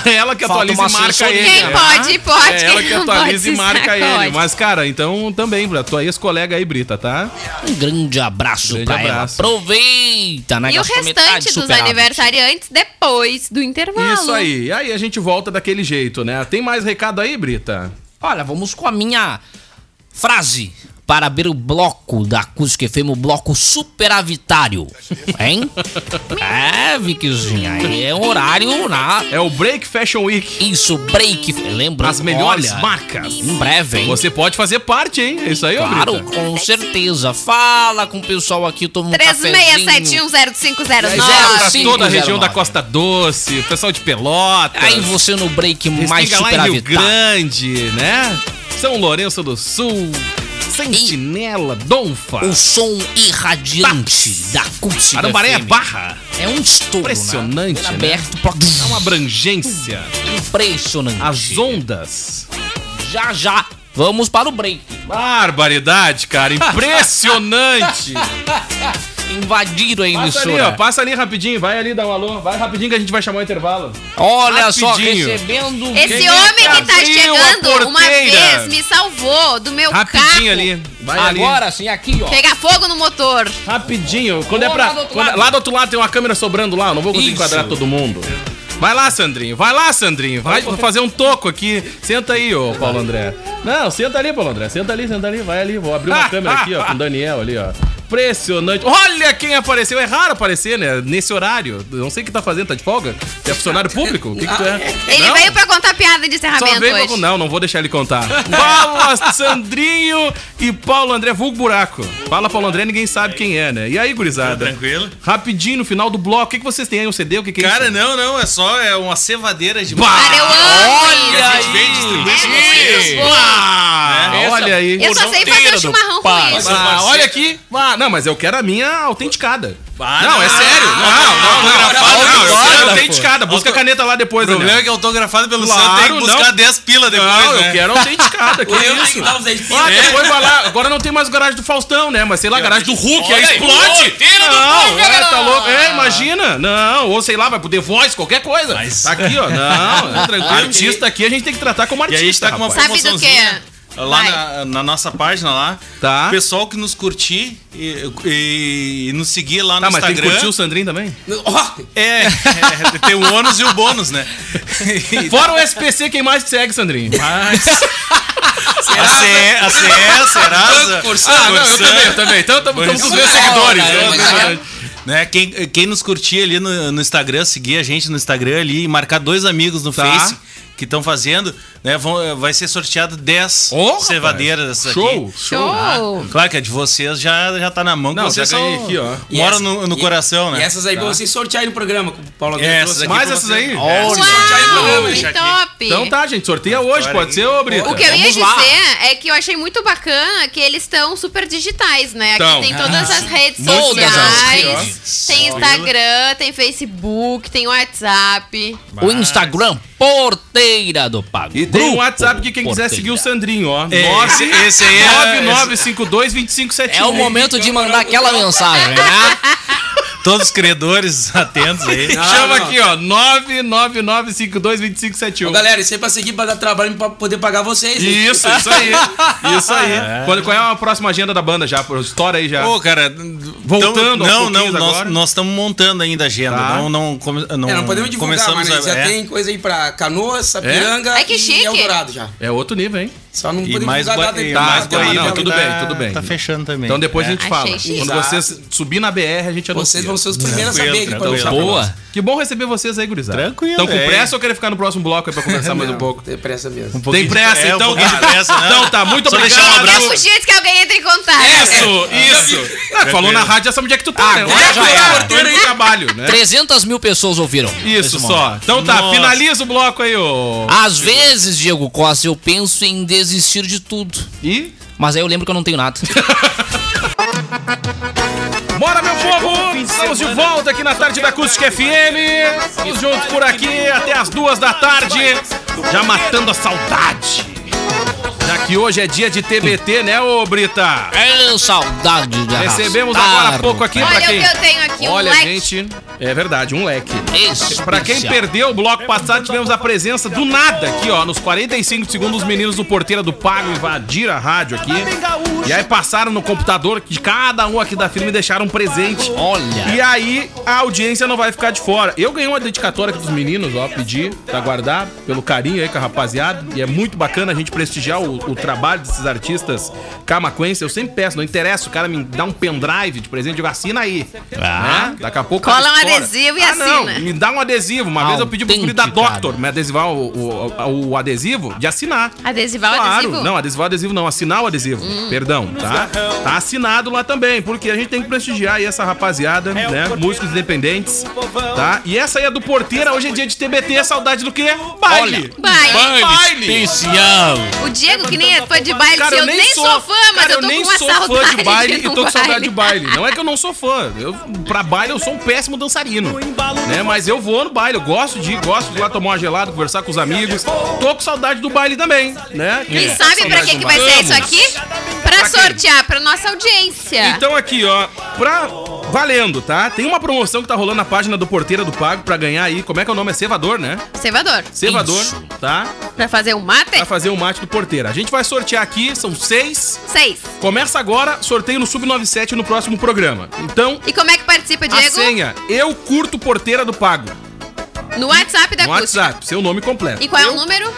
S4: É ela que
S6: Falta
S4: atualiza
S6: uma
S4: e marca
S6: assessoria.
S4: ele.
S5: Quem
S4: né?
S5: pode, pode.
S4: É ela que
S5: Quem não
S4: atualiza e
S5: pode,
S4: marca ele.
S5: sacode.
S4: Mas, cara, então também, pra tua ex-colega aí, Brita, tá?
S6: Um grande abraço
S4: Grande
S6: pra ela.
S4: abraço.
S6: Aproveita, né?
S5: E o
S6: Gastou metade
S5: restante dos
S6: superávit.
S5: aniversariantes depois do intervalo.
S4: Isso aí. E aí a gente volta daquele jeito, né? Tem mais recado aí, Brita?
S6: Olha, vamos com a minha frase para abrir o bloco da Acústica FM, o bloco superavitário, hein? é, Vickzinha, aí é um horário na...
S4: É o Break Fashion Week.
S6: Isso, break, lembra?
S4: As melhores
S6: Olha,
S4: marcas.
S6: Em breve, hein?
S4: Você pode fazer parte, hein? É isso aí, ô
S6: Claro,
S4: Brita?
S6: com certeza. Fala com o pessoal aqui, toma um cafezinho.
S5: 36710509.
S4: Pra toda a região da Costa Doce, pessoal de Pelotas.
S6: Aí você no break
S4: Eles
S6: mais
S4: ficam lá em Rio
S6: superavitário.
S4: Grande, né? São Lourenço do Sul, Sentinela, Donfa,
S6: O som irradiante da Acústica
S4: Arambaré
S6: FM.
S4: Barra.
S6: É um estouro,
S4: Impressionante,
S6: né?
S4: né?
S6: Aberto, pro...
S4: É uma abrangência.
S6: impressionante.
S4: As ondas.
S6: Já, já. Vamos para o break.
S4: Barbaridade, cara. Impressionante.
S6: invadiram a
S4: Passa ali,
S6: emissora.
S4: ó, passa ali rapidinho, vai ali dar um alô, vai rapidinho que a gente vai chamar o intervalo.
S6: Olha só,
S4: Rapidinho.
S6: recebendo.
S5: Esse
S4: Quem
S5: homem que tá
S4: abriu a
S5: chegando uma
S4: porteira?
S5: vez me salvou do meu carro.
S4: Rapidinho ali. Vai
S6: Agora sim, aqui, ó.
S5: Pegar fogo no motor.
S4: ali. Rapidinho. Quando é
S6: Ou
S4: pra.
S6: lá
S4: quando-
S6: do
S4: Lá do,
S6: outro lado.
S4: outro lado tem uma câmera sobrando lá, eu não vou conseguir
S6: Isso.
S4: enquadrar todo mundo. Vai lá, Sandrinho. Vai lá, Sandrinho. Vai vou fazer um toco aqui. Senta aí, ô Paulo André. Não, senta ali, Paulo André. Senta ali, senta ali. Vai ali. Vou abrir
S6: Ah,
S4: uma câmera aqui, ó, com o Daniel ali, ó. Impressionante. Olha quem apareceu. É raro aparecer, né? Nesse horário. Não sei o que tá fazendo. Tá de folga? Você é funcionário público? O que, que tu é?
S5: Ele
S4: Não?
S5: veio pra contar piada de
S4: Só
S5: encerramento
S4: veio
S5: hoje.
S4: pra... Não, não vou deixar ele contar. Fala, Sandrinho e Paulo André, vulgo buraco. Fala, Paulo André, ninguém sabe quem é, né? E aí, gurizada?
S9: Tranquilo?
S4: Rapidinho, no final do bloco, o que, que vocês têm aí? Um CD? O que, que é
S9: Cara,
S4: isso?
S9: não, não, é só é uma cevadeira de
S5: Cara,
S4: Ah,
S5: eu amo
S9: a
S5: isso.
S9: gente vem né?
S5: É
S9: distribuir pra vocês.
S5: muito bom.
S4: Ah, olha aí.
S5: Eu só sei fazer o chimarrão com isso.
S4: Ah,
S9: parceiro.
S4: olha aqui. Ah, não, mas eu quero a minha autenticada.
S9: Ah,
S4: não, é
S9: não.
S4: sério. Não, não, não,
S9: autografado,
S4: não, eu quero
S9: autógrafo.
S4: autenticada. Busca a caneta lá depois,
S9: O problema é
S4: Daniel.
S9: que autografado pelo
S4: Claro,
S9: Santos tem que buscar
S4: não.
S9: 10 pila depois,
S4: Não,
S9: né?
S4: eu quero autenticada. Que
S8: Eu tenho
S4: isso?
S8: que dar os 10
S4: Ah,
S8: pila.
S4: depois vai lá. Agora não tem mais garagem do Faustão, né? Mas sei lá, garagem do Hulk, aí
S8: Olha aí,
S4: explode.
S8: roteiro do
S4: não,
S8: Hulk,
S4: é,
S8: galera.
S4: tá louco. É, imagina. Não, ou sei lá, vai pro The Voice, qualquer coisa. Tá aqui, ó. Não, é tranquilo. Artista aqui a gente tem que tratar como
S9: E
S4: artista.
S9: aí a gente tá com uma
S4: rapaz.
S5: Sabe do quê?
S9: promoçãozinha lá
S5: Vai.
S9: na, na nossa página lá.
S4: Tá.
S9: O pessoal que nos curtir e, e- e nos seguir lá no
S4: Tá, mas tem que
S9: Instagram.
S4: curtir o Sandrinho também?
S9: É, é, tem o ônus e o bônus, né?
S4: Fora o SPC, quem mais te segue, Sandrinho?
S9: A CE, a CE, Serasa.
S4: Ah, não, eu também, eu também. Então estamos com os meus seguidores.
S8: Não,
S4: né?
S8: não, não, não, não.
S9: Né, quem, quem nos curtir ali no, no Instagram, seguir a gente no Instagram ali e marcar dois amigos no
S4: Tá.
S9: Face que estão fazendo, né, vão, vai ser sorteado 10
S4: Ô, rapaz.
S9: cevadeiras dessas aqui.
S4: Show, show.
S5: Show.
S9: Claro que a de vocês já, já tá na mão, que
S4: Não, já
S9: vocês
S4: ganhei
S9: são-
S4: aqui, ó.
S8: E
S9: Moram
S8: essa-
S9: no, no
S8: e-
S9: coração, né?
S8: E essas
S6: Tá.
S8: aí pra vocês sortearem no programa com o Paulo André.
S9: Essas
S8: trouxe.
S9: aqui
S4: Mais
S9: pra
S4: essas
S9: vocês.
S4: aí?
S9: É.
S5: Uau,
S9: Deixa
S5: que
S9: aqui.
S5: top.
S4: Então tá, gente, sorteia hoje, pode ser, ô Brita.
S5: O que eu ia
S6: Vamos lá.
S5: dizer é que eu achei muito bacana que eles estão super digitais, né? Aqui
S4: Tão. Ah,
S5: tem todas as redes
S6: Todas
S4: as
S5: sociais. Tem Instagram, tem Facebook, tem WhatsApp.
S6: O Instagram, Porteira do Pago.
S4: E tem um
S6: Grupo
S4: WhatsApp que quem quiser
S6: Porteira.
S4: seguir o Sandrinho, ó.
S9: É, esse- esse aí é-
S4: 995222571.
S6: É o momento
S4: então,
S6: de mandar aquela mensagem, né?
S9: Todos os credores atentos aí.
S4: Chama
S8: Ah, não.
S4: aqui, ó.
S8: Ô,
S4: 999522571.
S8: galera, isso aí é pra seguir, pra dar trabalho pra poder pagar vocês. hein?
S4: Isso, isso aí. Isso aí. Quando, qual é a próxima agenda da banda já? Pô, Estoura aí já.
S9: Pô, cara,
S4: Voltando aos
S9: Não, não,
S4: pouquinhos agora.
S9: nós nós estamos montando ainda a agenda.
S4: Tá.
S9: Não, não, come- não,
S8: É, não podemos divulgar, mas
S9: começamos
S8: né, já
S9: é.
S8: tem coisa aí pra Canoas, Sapiranga
S5: É? Ai, que chique.
S8: e Eldorado já.
S4: É outro nível, hein?
S8: Só não
S9: E
S8: podemos
S9: mais,
S8: divulgar
S9: Gua-
S8: data
S9: e
S8: pra
S4: Tá,
S9: mais
S4: tá,
S8: Guaíba,
S4: não,
S9: Guaíba.
S4: tudo
S9: tá-
S4: bem, tudo bem.
S9: Tá fechando também.
S4: Então depois a gente
S5: Achei
S4: fala.
S5: chique.
S4: Quando vocês subir na BR, a gente anuncia.
S8: Vocês vão ser os primeiros a
S9: Tranquilo,
S8: saber. que pode
S9: tranquilo.
S8: usar pra
S6: Boa.
S8: nós.
S4: Que bom receber vocês aí, gurizada.
S9: Tranquilo,
S4: Estão com
S9: é.
S4: pressa ou querem ficar no próximo bloco aí pra conversar mais um
S8: Não,
S4: pouco?
S8: Tem pressa mesmo.
S9: Um
S4: Tem
S9: pouquinho de-
S4: pressa,
S9: é, um
S4: então.
S9: pouquinho de pressa, né?
S4: Então tá, muito
S9: Só
S4: obrigado.
S9: deixar um abraço.
S5: Tempo dias que alguém entra em contato.
S4: Isso, isso. Ah, falou na rádio, já sabe onde é que tu tá, né?
S6: Agora
S4: Onde é que
S6: já
S4: tu
S6: era.
S4: tá? Tu é no trabalho, né?
S6: 300 mil pessoas ouviram.
S4: Isso
S6: esse Ah.
S4: só. Então tá,
S9: Nossa.
S4: finaliza o bloco aí, ô.
S6: Às vezes, Diego Costa, eu penso em desistir de tudo.
S4: E.
S6: Mas aí eu lembro que eu não tenho nada.
S4: Bora, meu povo! Estamos de volta aqui na tarde da Acústica FM. Estamos juntos por aqui até as duas da tarde. Já matando a saudade. Já que hoje é dia de TBT, né, ô Brita?
S6: É saudade da
S4: Recebemos
S6: arrastar
S4: agora há pouco aqui
S5: Olha
S4: pra
S5: o
S4: quem.
S5: que eu tenho aqui, um
S4: Olha,
S5: leque.
S4: gente. É verdade, um leque.
S6: Especial.
S4: Pra quem perdeu o bloco passado, tivemos a presença do nada aqui, ó. Nos 45 segundos, os meninos do Porteira do Pago invadiram a rádio aqui. E aí passaram no computador de cada um aqui da firma e deixaram um presente.
S6: Olha.
S4: E aí a audiência não vai ficar de fora. Eu ganhei uma dedicatória aqui dos meninos, ó, pedi pra guardar, pelo carinho aí com a rapaziada. E é muito bacana a gente prestigiar o, o trabalho desses artistas camaquenses. Eu sempre peço, não interessa, o cara me dá um pendrive de presente, eu digo, assina aí.
S6: Ah.
S4: Né? Daqui a pouco.
S5: Cola um
S4: ela estoura.
S5: adesivo e
S4: ah, não,
S5: assina.
S4: me dá um adesivo. Uma vez eu pedi pro filho da
S6: Autenticado.
S4: Doctor me adesivar o, o- o adesivo de assinar.
S5: Adesivar Tá o
S4: Claro,
S5: adesivo? Hum.
S4: não, é. adesivar o adesivo não, assinar o adesivo. Perdão, tá? Tá assinado lá também, porque a gente tem que prestigiar aí essa rapaziada, né? Músicos independentes, tá? E essa aí é do Porteira, hoje é dia de TBT, saudade do quê? um Baile!
S5: Baile.
S4: Baile!
S6: Especial.
S5: O Diego, que nem foi de baile,
S4: Cara,
S5: se
S4: eu nem sou,
S5: fã, mas
S4: cara,
S5: eu tô
S4: nem
S5: com uma
S4: sou
S5: saudade
S4: fã de baile
S5: ir
S4: e
S5: num
S4: tô com saudade
S5: baile.
S4: de baile. Não é que eu não sou fã. Eu, pra baile eu sou um péssimo dançarino. Né? Mas eu vou no baile, eu gosto de ir, gosto de ir lá tomar uma gelada, conversar com os amigos. Tô com saudade do baile também, né?
S5: E sabe pra que, que vai ser isso aqui? Pra
S4: Pra quem?
S5: É. sortear pra nossa audiência.
S4: Então aqui, ó, Então, pra Valendo, tá? Tem uma promoção que tá rolando na página do Porteira do Pago pra ganhar aí. Como é que é o nome? É Cevador, né?
S5: Cevador.
S4: Cevador, tá?
S5: Pra fazer um mate?
S4: Pra fazer o mate do Porteira. A gente vai sortear aqui, são seis.
S5: Seis.
S4: Começa agora, sorteio no Sub97 no próximo programa. Então,
S5: E como é que participa,
S4: a
S5: Diego?
S4: senha, eu curto Porteira do Pago.
S5: No WhatsApp da
S4: No
S5: Acústica.
S4: WhatsApp, seu nome completo.
S5: E qual é o número?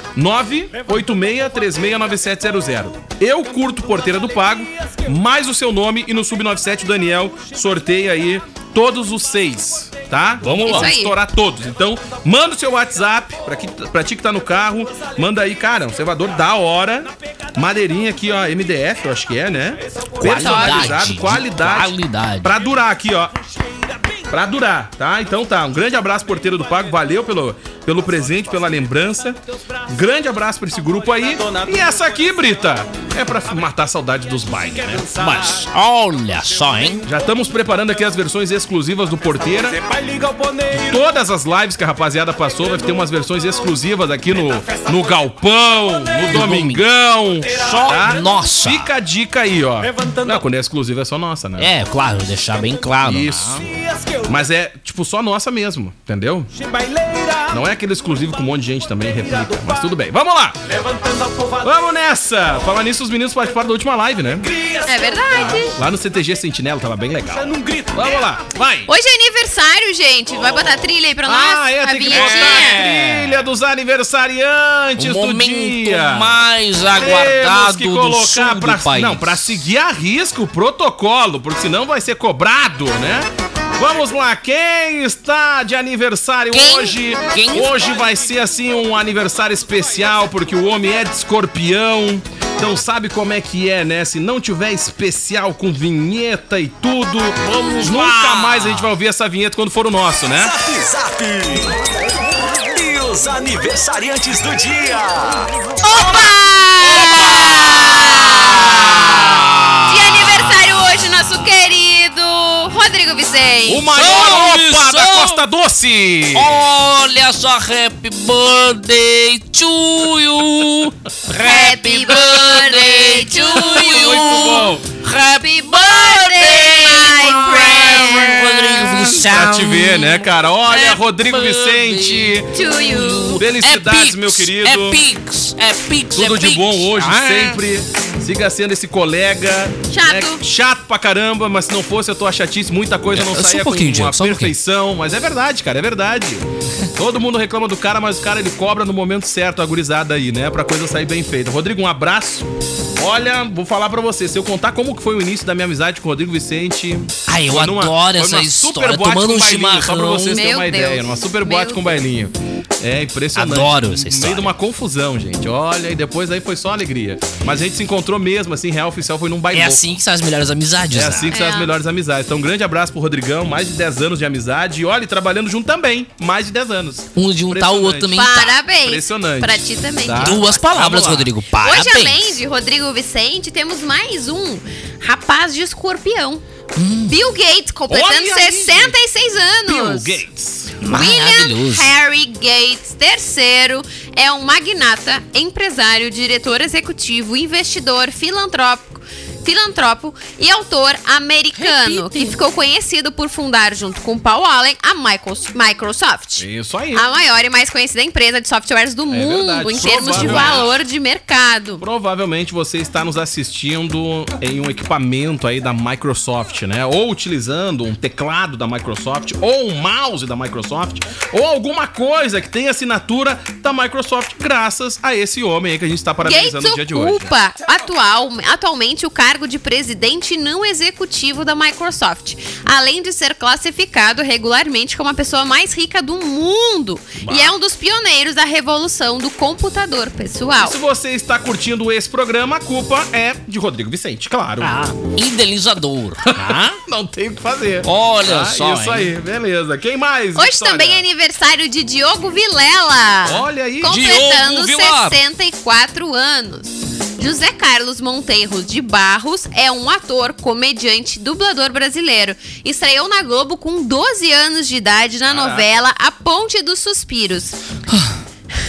S4: 986369700. Eu curto Porteira do Pago, mais o seu nome e no Sub97 o Daniel sorteia aí todos os seis, tá? Vamos lá,
S5: Isso aí.
S4: estourar todos. Então, manda o seu WhatsApp pra, que, pra ti que tá no carro, manda aí, cara, um cevador da hora. Madeirinha aqui, ó, MDF, eu acho que é, né? Personalizado,
S6: de
S4: qualidade.
S6: qualidade.
S4: Pra durar aqui, ó. Pra durar, tá? Então tá, um grande abraço, Porteiro do Pago. Valeu pelo, pelo presente, pela lembrança. Grande abraço pra esse grupo aí. E essa aqui, Brita, é pra matar a saudade dos bailes, né?
S6: Mas olha só, hein?
S4: Já estamos preparando aqui as versões exclusivas do Porteira. De Todas as lives que a rapaziada passou, vai ter umas versões exclusivas aqui no, no Galpão, no Domingão. tá?
S6: Só nossa.
S4: Fica a dica aí, ó. Não, quando é exclusiva é só nossa, né?
S6: É, claro, deixar bem claro. né?
S4: Isso. Mas é, tipo, só nossa mesmo, entendeu? Não é aquele exclusivo com um monte de gente também replica, mas tudo bem. Vamos lá! Vamos nessa! Falar nisso, os meninos participaram da última live, né?
S5: É verdade.
S4: Lá no CTG Sentinela, tava bem legal. Vamos lá, vai!
S5: Hoje é aniversário, gente. Vai botar a trilha aí pra nós?
S4: Ah, é,
S5: a
S4: tem que botar a trilha dos aniversariantes
S6: O
S4: do
S6: Um momento
S4: dia!
S6: mais
S4: Temos
S6: aguardado
S4: que
S6: do sul
S4: colocar pra,
S6: do país.
S4: Não, pra seguir a risca o protocolo, porque senão vai ser cobrado, né? Vamos lá, quem está de aniversário
S6: Quem?
S4: hoje?
S6: Quem?
S4: Hoje vai ser assim um aniversário especial, porque o homem é de escorpião. Então sabe como é que é, né? Se não tiver especial com vinheta e tudo,
S6: Vamos
S4: nunca
S6: lá.
S4: mais a gente vai ouvir essa vinheta quando for o nosso, né?
S7: Zap Zap. E os aniversariantes do dia.
S6: Ah!
S5: Opa! De aniversário hoje, nosso querido Rodrigo
S4: O
S5: Vicente.
S4: maior
S6: Salve,
S4: opa da
S6: salve.
S4: Costa Doce!
S6: Olha só, happy birthday to you.
S5: Happy birthday to you. Happy birthday, my
S6: Rodrigo
S5: friend.
S6: Vicente.
S4: Ah,
S6: É
S4: Pra te ver, né, cara? Olha,
S6: Happy
S4: Rodrigo
S6: birthday.
S4: Vicente.
S5: To you.
S4: Felicidades,
S6: É Pix,
S4: meu querido.
S6: É Pix, é Pix,
S4: Tudo
S6: é
S4: de
S6: Pix.
S4: bom hoje,
S6: Ah,
S4: sempre. Siga sendo esse colega. né,
S5: Chato.
S4: Chato pra caramba, mas se não fosse eu tô chatice, muita coisa
S8: É,
S4: não
S8: só um
S4: saía
S8: pouquinho,
S4: com a
S8: Diego, só um
S4: perfeição. mas é verdade, cara, é verdade. Todo mundo reclama do cara, mas o cara ele cobra no momento certo, a gurizada aí, né? Pra coisa sair bem feita. Rodrigo, um abraço. Olha, vou falar pra você, se eu contar como que foi o início da minha amizade com o Rodrigo Vicente.
S6: Ai, eu
S4: foi
S6: adoro
S4: foi
S6: essa
S4: numa
S6: história,
S4: boate
S6: tomando
S4: com
S6: um
S4: bailinho, Só pra
S6: chimarrão.
S4: vocês terem
S5: Meu
S4: uma
S5: Deus.
S4: ideia, numa super boate
S5: Meu
S4: com bailinho. É impressionante.
S6: Adoro
S4: No
S6: essa
S4: meio
S6: história.
S4: de uma confusão, gente. Olha, e depois aí foi só alegria. Mas a gente se encontrou mesmo, assim, real oficial foi num
S6: É
S4: bailão.
S6: assim que são as melhores amizades,
S4: É
S6: né?
S4: assim que são
S5: É.
S4: as melhores amizades. Então, um grande abraço pro Rodrigão, mais de 10 anos de amizade. E olha, e trabalhando junto também, mais de 10 anos.
S6: Um de um tá, o outro também tá.
S5: Parabéns.
S4: Impressionante.
S5: Pra ti também.
S4: Tá?
S5: Diego.
S6: Duas palavras,
S4: Vamos lá.
S6: Rodrigo.
S5: Hoje,
S6: Parabéns.
S5: além de Rodrigo Vicente, temos mais um rapaz de escorpião. Bill Gates, completando
S4: Hum. Olha aí,
S5: 66
S4: Bill
S5: anos.
S4: Gates.
S5: William
S6: Maravilhoso.
S5: Harry Gates III é um magnata, empresário, diretor executivo, investidor, filantrópico, filantropo e autor americano, que ficou conhecido por fundar, junto com Paul Allen, a Micros- Microsoft.
S4: Isso aí.
S5: A maior e mais conhecida empresa de softwares do mundo
S4: verdade,
S5: em termos de
S4: provavelmente.
S5: valor de mercado.
S4: Provavelmente você está nos assistindo em um equipamento aí da Microsoft, né? Ou utilizando um teclado da Microsoft, ou um mouse da Microsoft, ou alguma coisa que tem assinatura da Microsoft, graças a esse homem aí que a gente está parabenizando no dia
S5: Gates
S4: de hoje.
S5: ocupa atual, atualmente o cargo de presidente não executivo da Microsoft, além de ser classificado regularmente como a pessoa mais rica do mundo e é um dos pioneiros da revolução do computador pessoal.
S4: Se você está curtindo esse programa, a culpa é de Rodrigo Vicente, claro.
S5: Ah.
S6: Idealizador. tá?
S4: Não tem o que fazer.
S6: Olha
S4: Ah,
S6: só,
S4: Isso
S6: hein?
S4: aí, beleza. Quem mais?
S5: Hoje
S4: Vitória?
S5: também é aniversário de Diogo Vilela.
S4: Olha aí.
S6: Diogo
S5: Completando
S6: Vilela.
S5: 64 anos. José Carlos Monteiro de Barros é um ator, comediante, dublador brasileiro. Estreou na Globo com 12 anos de idade na novela A Ponte dos Suspiros.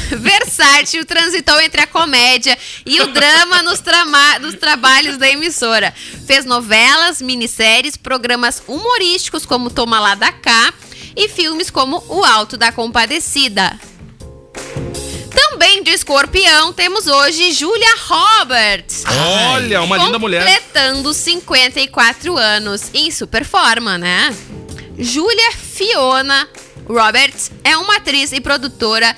S5: Versátil transitou entre a comédia e o drama nos, trama- nos trabalhos da emissora. Fez novelas, minisséries, programas humorísticos como Toma Lá da Cá e filmes como O Alto da Compadecida. Também de escorpião, temos hoje Julia Roberts.
S4: Olha, uma linda mulher.
S5: Completando 54 anos em super forma, né? Julia Fiona Roberts é uma atriz e produtora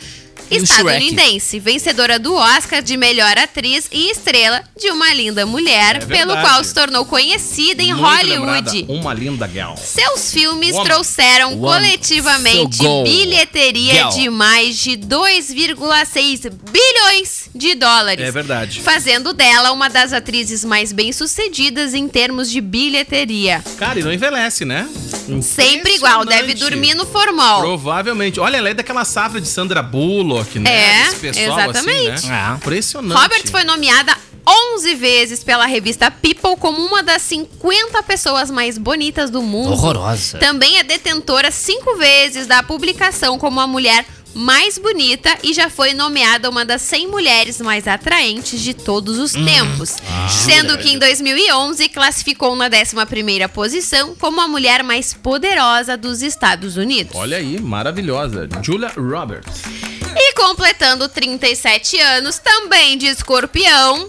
S6: E o
S5: estadunidense, vencedora do Oscar de melhor atriz e estrela de Uma Linda Mulher, pelo
S4: É verdade.
S5: qual se tornou conhecida é em
S4: Muito
S5: Hollywood.
S4: lembrada. Uma linda gal.
S5: Seus filmes
S4: Woman.
S5: trouxeram
S6: Woman.
S5: coletivamente
S6: Seu gol.
S5: bilheteria
S6: Gal.
S5: de mais de 2,6 bilhões de dólares.
S4: É verdade.
S5: Fazendo dela uma das atrizes mais bem-sucedidas em termos de bilheteria.
S4: Cara, e não envelhece, né?
S5: Sempre igual, deve
S4: Impressionante.
S5: dormir no formal.
S4: Provavelmente. Olha, ela é daquela safra de Sandra Bullock, né?
S5: É,
S4: Desse pessoal,
S5: exatamente.
S4: Assim, né?
S6: Ah.
S4: Impressionante.
S5: Roberts foi nomeada 11 vezes pela revista People como uma das 50 pessoas mais bonitas do mundo.
S6: Horrorosa.
S5: Também é detentora cinco vezes da publicação como a mulher mais bonita e já foi nomeada uma das 100 mulheres mais atraentes de todos os tempos. sendo que em 2011 classificou na 11ª posição como a mulher mais poderosa dos Estados Unidos.
S4: Olha aí, maravilhosa. Julia Roberts.
S5: E completando 37 anos, também de escorpião,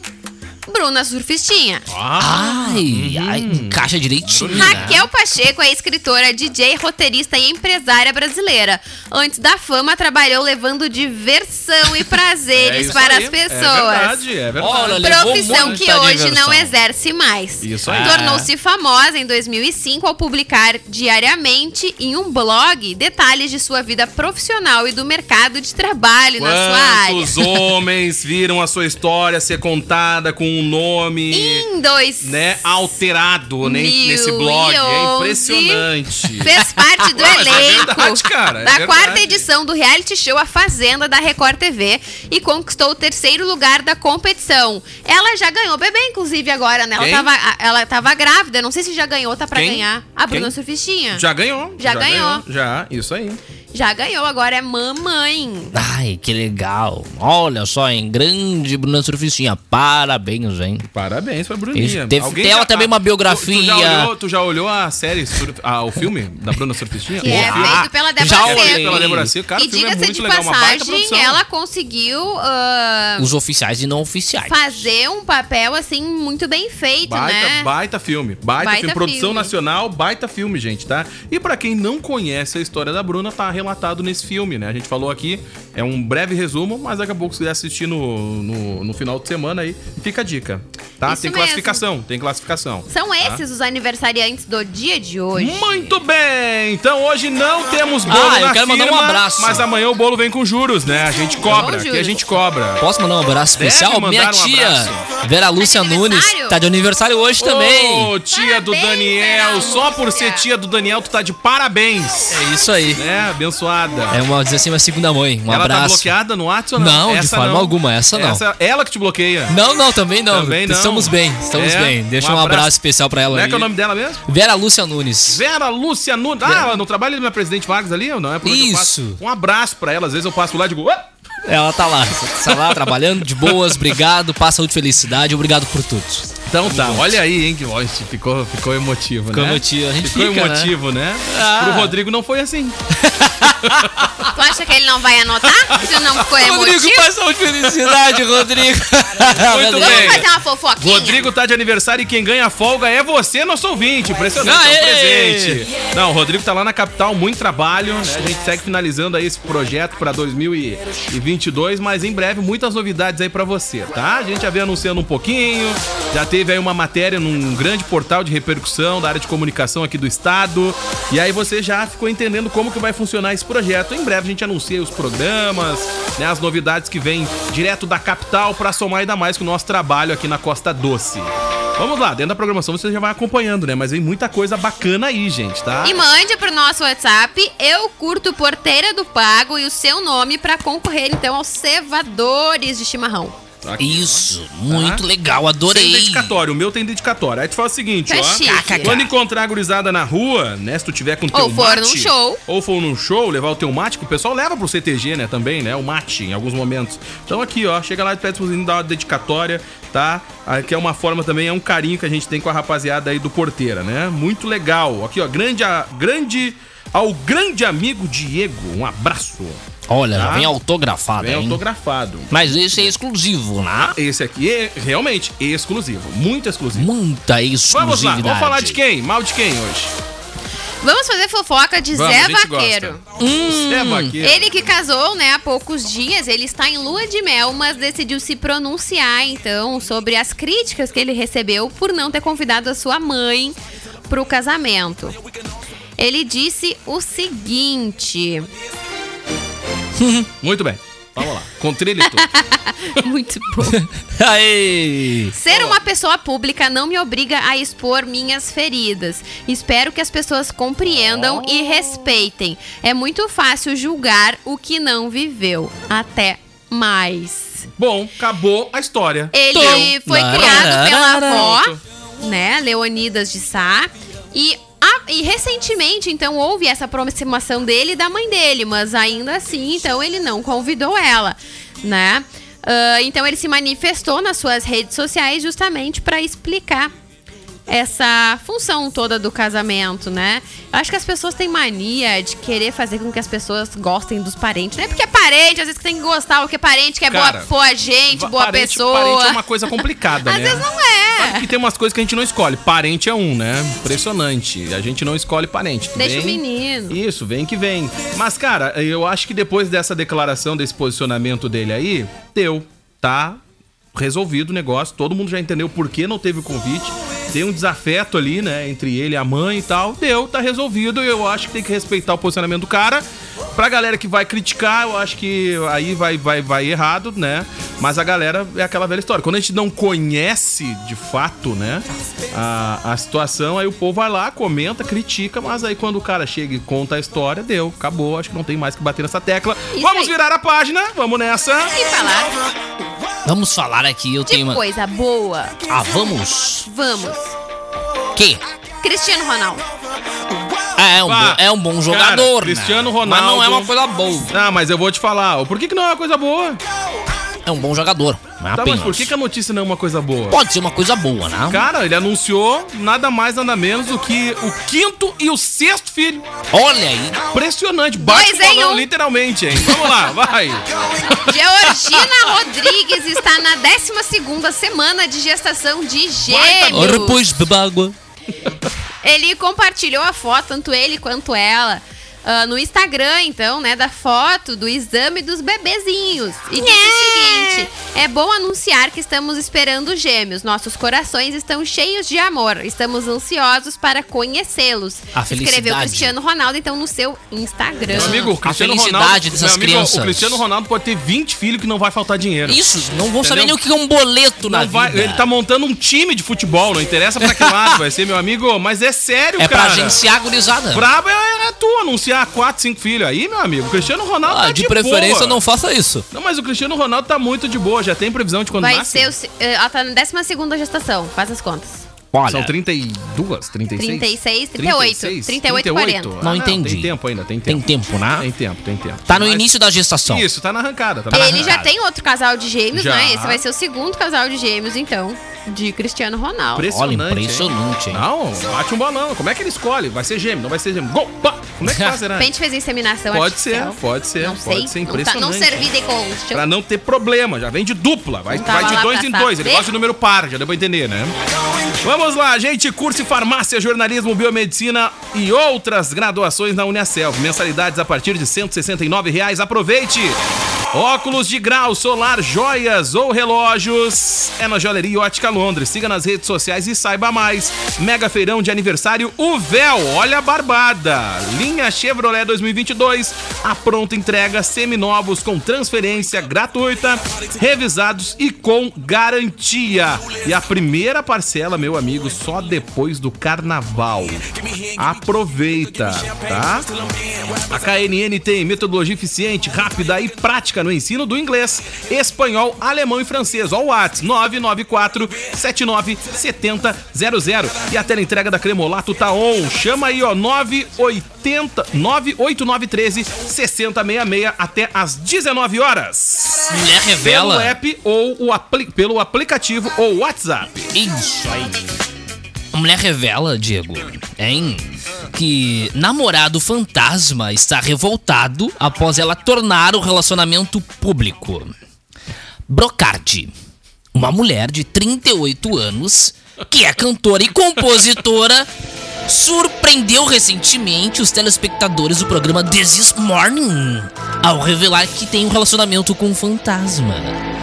S5: Bruna Surfistinha.
S6: Ai,
S4: Uhum.
S6: ai, encaixa direitinho. né?
S5: Raquel Pacheco é escritora, DJ, roteirista e empresária brasileira. Antes da fama, trabalhou levando diversão e prazeres
S4: É isso
S5: para
S4: aí.
S5: as pessoas.
S4: É verdade, é verdade.
S6: Olha, levou
S5: Profissão
S6: muita
S5: que hoje
S6: diversão.
S5: não exerce mais.
S4: Isso aí. Ah.
S5: Tornou-se famosa em 2005 ao publicar diariamente em um blog detalhes de sua vida profissional e do mercado de trabalho na sua área.
S4: Quantos homens viram a sua história ser contada com um nome,
S5: Em dois
S4: né, alterado né,
S5: Mil
S4: nesse blog?
S5: e
S4: É
S5: onze.
S4: impressionante.
S5: Fez parte do
S4: Ah, mas é
S5: elenco
S4: verdade, cara, é
S5: da
S4: verdade.
S5: quarta edição do reality show A Fazenda da Record TV e conquistou o terceiro lugar da competição. Ela já ganhou bebê, inclusive, agora, né? Ela,
S4: Quem?
S5: tava, a- ela tava grávida, não sei se já ganhou, tá pra
S4: Quem?
S5: ganhar. A Bruna
S4: Quem?
S5: Surfistinha. Já.
S4: Já ganhou.
S5: Já ganhou.
S4: Já, isso aí.
S5: ganhou, agora é mamãe.
S6: Ai, que legal. Olha só, hein? Grande Bruna Surficinha. Parabéns, hein?
S4: Parabéns pra
S6: Isso,
S4: Bruninha.
S6: teve-
S4: Alguém
S6: tem ela
S4: já- tá-
S6: também uma
S4: Tu- Tu, já
S6: biografia.
S4: olhou, tu já olhou a série, sur- ah, o filme da Bruna Surfistinha?
S5: Que
S4: O
S5: é
S4: filme?
S5: feito pela Débora
S4: É
S6: já
S4: feito
S6: olhei.
S5: Seco.
S4: pela Débora Seco. Cara,
S5: E
S4: o filme é
S5: diga-se
S4: muito
S5: de
S4: legal, uma baita
S5: passagem,
S4: produção.
S5: ela é conseguiu ah,
S6: Os oficiais e não oficiais.
S5: fazer um papel, assim, muito bem feito,
S4: Baita,
S5: né?
S4: baita filme, baita,
S5: Baita
S4: filme, produção
S5: filme.
S4: nacional, baita filme, gente, tá? E pra quem não conhece a história da Bruna, tá relatado nesse filme, né? A gente falou aqui, é um breve resumo, mas daqui a pouco se quiser assistir no, no, no final de semana aí, fica a dica, tá?
S5: Isso
S4: tem
S5: mesmo.
S4: classificação, tem classificação.
S5: São esses os aniversariantes do dia de hoje.
S4: Muito bem! Então hoje não temos bolo
S6: Ah, eu
S4: na
S6: quero mandar um
S4: firma,
S6: abraço.
S4: Mas amanhã o bolo vem com juros, né? A gente cobra,
S5: Com
S4: aqui a
S5: juros.
S4: gente cobra.
S6: Posso mandar um abraço
S4: Deve
S6: especial?
S4: mandar
S6: Minha
S4: um
S6: tia,
S4: abraço.
S6: Vera Lúcia
S5: Tá de
S6: Nunes,
S5: aniversário?
S6: tá de aniversário hoje também.
S4: Ô, tia do
S5: Parabéns,
S4: Daniel,
S5: Vera
S4: só por ser
S5: Lúcia.
S4: tia do Daniel, tu tá de parabéns.
S6: É isso aí.
S4: É, abençoada.
S6: É uma, dizer assim, uma segunda mãe. Um
S4: ela tá
S6: abraço.
S4: bloqueada no WhatsApp ou não?
S6: Não, de forma alguma, essa não.
S4: ela que te bloqueia.
S6: não, não, também não.
S4: Também não.
S6: Estamos bem, estamos
S4: É,
S6: bem. Deixa
S4: um
S6: um abraço,
S4: abraço.
S6: especial pra ela
S4: Como é
S6: aí.
S4: que é o nome dela mesmo?
S6: Vera Lúcia Nunes.
S4: Vera Lúcia Nunes. Ah, ela não trabalha na Presidente Vargas ali? Não, é por onde eu passo.
S6: Isso.
S4: Um abraço pra ela. Às vezes eu passo lá e digo... "Ah!"
S6: Ela tá lá, tá lá trabalhando de boas, obrigado, passa saúde e felicidade, obrigado por tudo.
S4: Então tá, olha aí, hein, que ó, isso ficou, ficou emotivo,
S6: Ficou
S4: né?
S6: emotivo, a gente
S4: Ficou
S6: fica, Ah.
S4: emotivo, né? Pro Rodrigo não foi assim.
S5: Tu acha que ele não vai anotar? Se não ficou emotivo?
S6: passa saúde e felicidade, Rodrigo. Muito
S5: Vamos
S4: bem.
S5: fazer uma fofoquinha?
S4: Rodrigo tá de aniversário e quem ganha folga é você, nosso ouvinte. Impressionante, é um
S6: Aê!
S4: presente. Não, o Rodrigo tá lá na capital, muito trabalho. né? A gente segue finalizando aí esse projeto pra 2022, mas em breve muitas novidades aí pra você, tá? A gente já vem anunciando um pouquinho, já teve aí uma matéria num grande portal de repercussão da área de comunicação aqui do estado. E aí você já ficou entendendo como que vai funcionar esse projeto. Em breve a gente anuncia os programas, né, as novidades que vêm direto da capital pra somar ainda mais com o nosso trabalho aqui na Costa Doce. Vamos lá, dentro da programação você já vai acompanhando, né? Mas vem muita coisa bacana aí, gente, tá?
S5: E mande pro nosso WhatsApp, eu curto Porteira do Pago e o seu nome pra concorrer então aos cevadores de chimarrão.
S4: Tá aqui,
S6: Isso, muito legal,
S4: Tem
S6: adorei.
S4: dedicatório, o meu tem dedicatório. Aí tu fala o seguinte,
S5: Tá
S4: ó.
S5: chique.
S4: Quando encontrar a gurizada na rua, né? Se tu tiver com teu
S5: Ou for
S4: mate,
S5: num show.
S4: Ou for num show, levar o teu mate, que o pessoal leva pro CTG, né? Também, né? O mate, em alguns momentos. Então aqui, ó, chega lá e pede pros meninos dar uma dedicatória, tá? Aqui é uma forma também, é um carinho que a gente tem com a rapaziada aí do Porteira, né? Muito legal. Aqui, ó, grande, a, grande... Ao grande amigo Diego, um abraço.
S6: Olha, já
S4: Tá?
S6: vem autografado,
S4: Bem
S6: hein?
S4: autografado.
S6: Mas esse é exclusivo, né?
S4: Esse aqui é realmente exclusivo, muito exclusivo.
S6: Muita exclusividade.
S4: Vamos lá, vamos falar de quem? Mal de quem hoje?
S5: Vamos fazer fofoca de
S4: Vamos, a
S5: Zé
S4: gente
S5: Vaqueiro. Hum.
S4: gosta. Zé Vaqueiro.
S5: Ele que casou, né, há poucos dias, ele está em lua de mel, mas decidiu se pronunciar, então, sobre as críticas que ele recebeu por não ter convidado a sua mãe para o casamento. Ele disse o seguinte:
S4: Muito bem. Vamos lá. Com trilha e tudo.
S5: muito bom.
S6: Aê!
S5: Ser uma pessoa pública não me obriga a expor minhas feridas. Espero que as pessoas compreendam e respeitem. É muito fácil julgar o que não viveu. Até mais.
S4: Bom, acabou a história.
S5: Ele é um foi criado pela avó,
S4: Pronto.
S5: né, Leonidas de Sá, e ah, e recentemente, então, houve essa aproximação dele e da mãe dele, mas ainda assim, então, ele não convidou ela, né? Ah, então, ele se manifestou nas suas redes sociais justamente para explicar essa função toda do casamento, né? Eu acho que as pessoas têm mania de querer fazer com que as pessoas gostem dos parentes. Não é porque é parente, às vezes que tem que gostar, porque é parente, que é
S4: Cara,
S5: boa, boa gente, boa
S4: parente,
S5: pessoa.
S4: Parente é uma coisa complicada,
S5: Às
S4: né?
S5: vezes não é.
S4: Sabe que tem umas coisas que a gente não escolhe. Parente é um, né? Impressionante. A gente não escolhe parente. Tu
S5: Deixa o
S4: vem-
S5: menino.
S4: Isso, vem que vem. Mas, cara, eu acho que depois dessa declaração, desse posicionamento dele aí, deu, tá? Resolvido o negócio, todo mundo já entendeu por que não teve o convite. Tem um desafeto ali, né, entre ele e a mãe e tal. Deu, tá resolvido. Eu acho que tem que respeitar o posicionamento do cara. Pra galera que vai criticar, eu acho que aí vai, vai, vai errado, né? Mas a galera é aquela velha história. Quando a gente não conhece de fato, né, a, a situação, aí o povo vai lá, comenta, critica, mas aí quando o cara chega e conta a história, deu, acabou. Acho que não tem mais que bater nessa tecla.
S5: Isso
S4: Vamos
S5: aí.
S4: virar a página, vamos nessa.
S5: E falar
S6: Vamos falar aqui, eu
S5: de
S6: tenho uma...
S5: coisa boa.
S6: Ah, vamos?
S5: Vamos.
S6: Que?
S5: Cristiano Ronaldo.
S6: Ah, é um,
S4: Vá.
S6: bom, é um bom
S4: Cara,
S6: jogador, né?
S4: Cristiano Ronaldo.
S6: Mas não é uma coisa boa.
S4: Ah, mas eu vou te falar, ó, por que, que não é uma coisa boa?
S6: É um bom jogador. Mas
S4: Tá, mas
S6: apenas.
S4: por que, que a notícia não é uma coisa boa?
S6: Pode ser uma coisa boa, né?
S4: Cara, ele anunciou nada mais, nada menos do que o quinto e o sexto filho.
S6: Olha aí.
S4: Impressionante, bate
S5: Dois
S4: o balão,
S5: em um.
S4: literalmente, hein? Vamos lá, vai.
S5: Georgina Rodrigues está na 12 semana de gestação de
S4: tá
S6: Ora,
S5: gêmeos.
S6: pois, beba água.
S5: Ele compartilhou a foto, tanto ele quanto ela. ah, no Instagram, então, né, da foto do exame dos bebezinhos. E disse o seguinte: é bom anunciar que estamos esperando gêmeos. Nossos corações estão cheios de amor. Estamos ansiosos para conhecê-los.
S6: A
S5: Escreveu
S6: felicidade.
S5: Cristiano Ronaldo, então, no seu Instagram.
S4: Meu amigo, o Cristiano
S6: felicidade
S4: Ronaldo.
S6: dessas
S4: meu amigo,
S6: crianças.
S4: O Cristiano Ronaldo pode ter 20 filhos que não vai faltar dinheiro.
S6: Isso, não vão saber nem
S4: Entendeu?
S6: o que é um boleto na
S4: Não vai-
S6: vida.
S4: ele tá montando um time de futebol, não interessa pra que lado vai ser, meu amigo. Mas é sério,
S6: é pra
S4: cara.
S6: agenciar a gurizada.
S4: Brabo é, é tu anunciar quatro, cinco filhos aí, meu amigo. O Cristiano Ronaldo tá
S6: Ah, de,
S4: de,
S6: preferência
S4: boa.
S6: não faça isso.
S4: Não, mas o Cristiano Ronaldo tá muito de boa. Já tem previsão de quando
S5: Vai
S4: nasce?
S5: ser o, se- eh, ela tá na 12 gestação, faz as contas.
S4: São 32, 36?
S5: 36, 38, 38,
S4: 38?
S5: Não
S6: entendi.
S4: Tem tempo ainda, tem tempo.
S6: Tem tempo, né?
S4: Tem tempo, tem tempo.
S6: Tá no
S4: Mas-
S6: início da gestação.
S4: Isso, tá na arrancada. Tá na
S5: Ele
S4: arrancada.
S5: já tem outro casal de gêmeos,
S4: Já.
S5: né? Esse vai ser o segundo casal de gêmeos, então, de Cristiano Ronaldo.
S6: Olha,
S4: Impressionante. hein?
S6: impressionante, hein?
S4: Não, bate um balão. Como é que ele escolhe? Vai ser gêmeo, não vai ser gêmeo. Gol! pá! Como é que faz, será?
S5: De repente fez inseminação
S4: Pode
S5: artificial.
S4: ser, pode ser,
S5: Não
S4: pode
S5: sei.
S4: ser
S5: não, tá, não
S4: impressionante.
S5: servi de colchão.
S4: Pra não ter problema, já vem de dupla, vai,
S5: Não tava
S4: vai de
S5: lá
S4: dois
S5: pra
S4: em dois, ele
S5: saber?
S4: gosta de número par, já deu pra entender, né? Vamos lá, gente, curso em farmácia, jornalismo, biomedicina e outras graduações na Uniaselv. Mensalidades a partir de R$ 169 reais. aproveite! Óculos de grau, solar, joias ou relógios. É na Joalheria Ótica Londres. Siga nas redes sociais e saiba mais. Mega feirão de aniversário, o véu, olha a barbada. Linha Chevrolet 2022, a pronta entrega, seminovos com transferência gratuita, revisados e com garantia. E a primeira parcela, meu amigo, só depois do carnaval. Aproveita, tá? A KNN tem metodologia eficiente, rápida e prática Pública no ensino do inglês, espanhol, alemão e francês. Ó o WhatsApp, 994-797000. E a teleentrega da Cremolato tá on. Chama aí, ó, 980 98913 6066 até às 19 horas.
S8: Mulher
S4: Pelo
S8: revela.
S4: app ou o apli pelo aplicativo ou WhatsApp.
S6: Isso aí. A mulher revela, Diego, hein? Que namorado fantasma está revoltado após ela tornar o relacionamento público. Brocardi, uma mulher de 38 anos, que é cantora e compositora, surpreendeu recentemente os telespectadores do programa This Is Morning ao revelar que tem um relacionamento com um fantasma.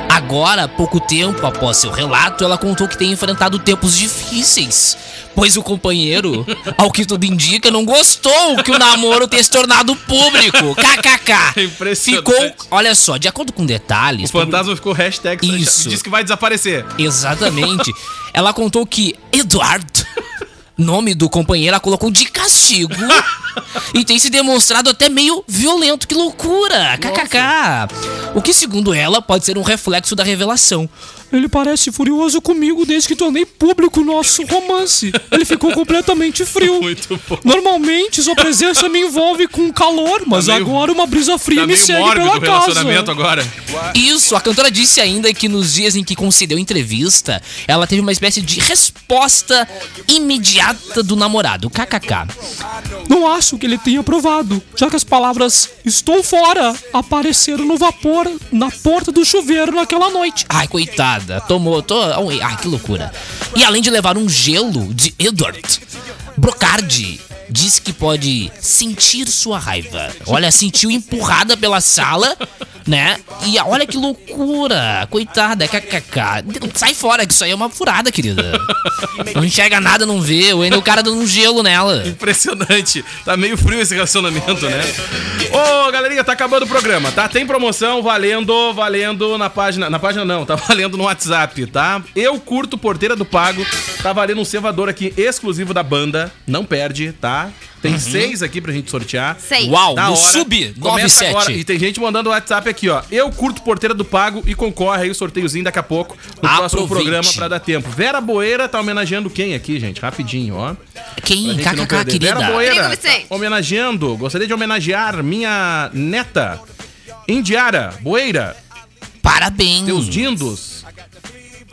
S6: Agora, há pouco tempo após seu relato, ela contou que tem enfrentado tempos difíceis, pois o companheiro, ao que tudo indica, não gostou que o namoro tenha se tornado público. KKK.
S4: É Impressionante.
S6: Ficou, olha só, de acordo com detalhes,
S4: O fantasma ficou hashtag
S6: Isso.
S4: diz que vai desaparecer.
S6: Exatamente. Ela contou que Eduardo, nome do companheiro, ela colocou de castigo e tem se demonstrado até meio violento. Que loucura! KKK! O que, segundo ela, pode ser um reflexo da revelação. Ele parece furioso comigo desde que tornei público o nosso romance. Ele ficou completamente frio.
S4: Muito bom.
S6: Normalmente sua presença me envolve com calor, mas
S4: Tá meio-
S6: agora uma brisa fria
S4: Tá
S6: me
S4: meio
S6: segue
S4: mórbido
S6: pela
S4: o relacionamento
S6: casa.
S4: agora.
S6: Isso, a cantora disse ainda que nos dias em que concedeu entrevista, ela teve uma espécie de resposta imediata do namorado, kkk. Não acho que ele tenha provado, já que as palavras estou fora apareceram no vapor na porta do chuveiro naquela noite. Ai, coitada, tomou, to... ai, que loucura. E além de levar um gelo de Edward, Brocardi diz que pode sentir sua raiva. Olha, sentiu empurrada pela sala, né? E olha que loucura, coitada, kkk. Sai fora, que isso aí é uma furada, querida. Não enxerga nada, não vê, ou ainda o cara dando um gelo nela.
S4: Impressionante. Tá meio frio esse relacionamento, né? Ô, galerinha, tá acabando o programa, tá? Tem promoção valendo, valendo na página. Na página não, tá valendo no WhatsApp, tá? Eu curto Porteira do Pago. Tá valendo um cevador aqui exclusivo da banda. Não perde, tá? Tem seis aqui pra gente sortear.
S5: Sei.
S6: Uau,
S4: Da
S6: no
S4: hora.
S6: Uhum. sub
S4: Começa agora. E
S6: 97.
S4: tem gente mandando WhatsApp aqui, ó. Eu curto Porteira do Pago e concorre aí o sorteiozinho daqui a pouco no próximo
S6: Aproveite.
S4: programa pra dar tempo. Vera Boeira tá homenageando quem aqui, gente? Rapidinho, ó. Pra
S6: Quem?
S4: gente não
S6: KKK,
S4: perder. Vera
S6: querida.
S4: Boeira,
S5: Rodrigo Vicente.
S4: homenageando, gostaria de homenagear minha neta, Indiara Boeira,
S6: Parabéns.
S4: teus dindos,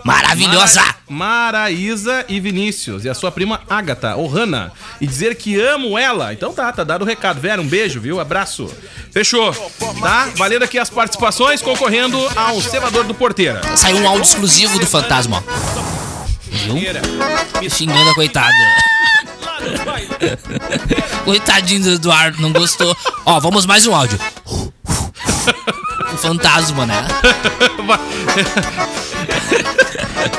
S6: Maravilhosa.
S4: Mara- Maraísa e Vinícius, e a sua prima Agatha, ou Hanna, e dizer que amo ela. Então tá, tá dado o recado. Vera, um beijo, viu? Abraço. Fechou, tá? Valendo aqui as participações, concorrendo ao Cevador do Porteira.
S6: Saiu um áudio exclusivo do fantasma. ó. Viu? Xingando a coitada. Coitadinho do Eduardo, não gostou. Ó, vamos mais um áudio. O fantasma, né?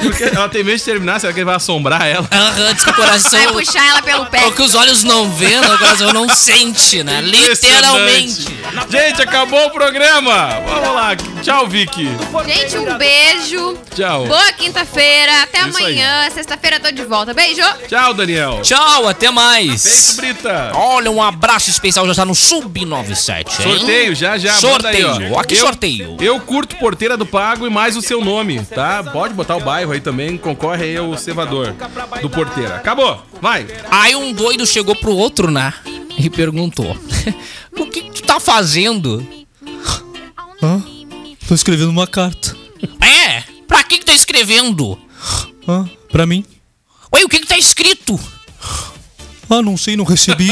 S4: Porque ela tem medo de terminar, será que ele vai assombrar ela?
S6: Aham, diz que o coração.
S5: Vai puxar ela pelo pé.
S6: O que os olhos não vêem, o coração não sente, né? Literalmente.
S4: Impressionante. Gente, acabou o programa. Vamos lá. Tchau, Vicky.
S5: Gente, um beijo.
S4: Tchau.
S5: Boa quinta-feira. Até
S4: Isso
S5: amanhã. Sexta-feira eu tô de volta. Beijo.
S4: Tchau, Daniel.
S6: Tchau, até
S4: Beijo,
S6: mais.
S4: Brita.
S6: Olha, um abraço especial já está no Sub97. hein?
S4: Sorteio, já, já. manda aí,
S6: Sorteio. ó, que
S4: eu,
S6: sorteio.
S4: Eu curto Porteira do Pago e mais o seu nome, tá? Pode botar o bairro aí também. Concorre aí o cevador do Porteira. Acabou. Vai.
S6: Aí um doido chegou pro outro, né? E perguntou: O que que tu tá fazendo? Hã?
S7: Tô escrevendo uma carta.
S6: É? Pra que que tá escrevendo?
S7: Ah, pra mim?
S6: Ué, o que que tá escrito?
S7: Ah, não sei, não recebi.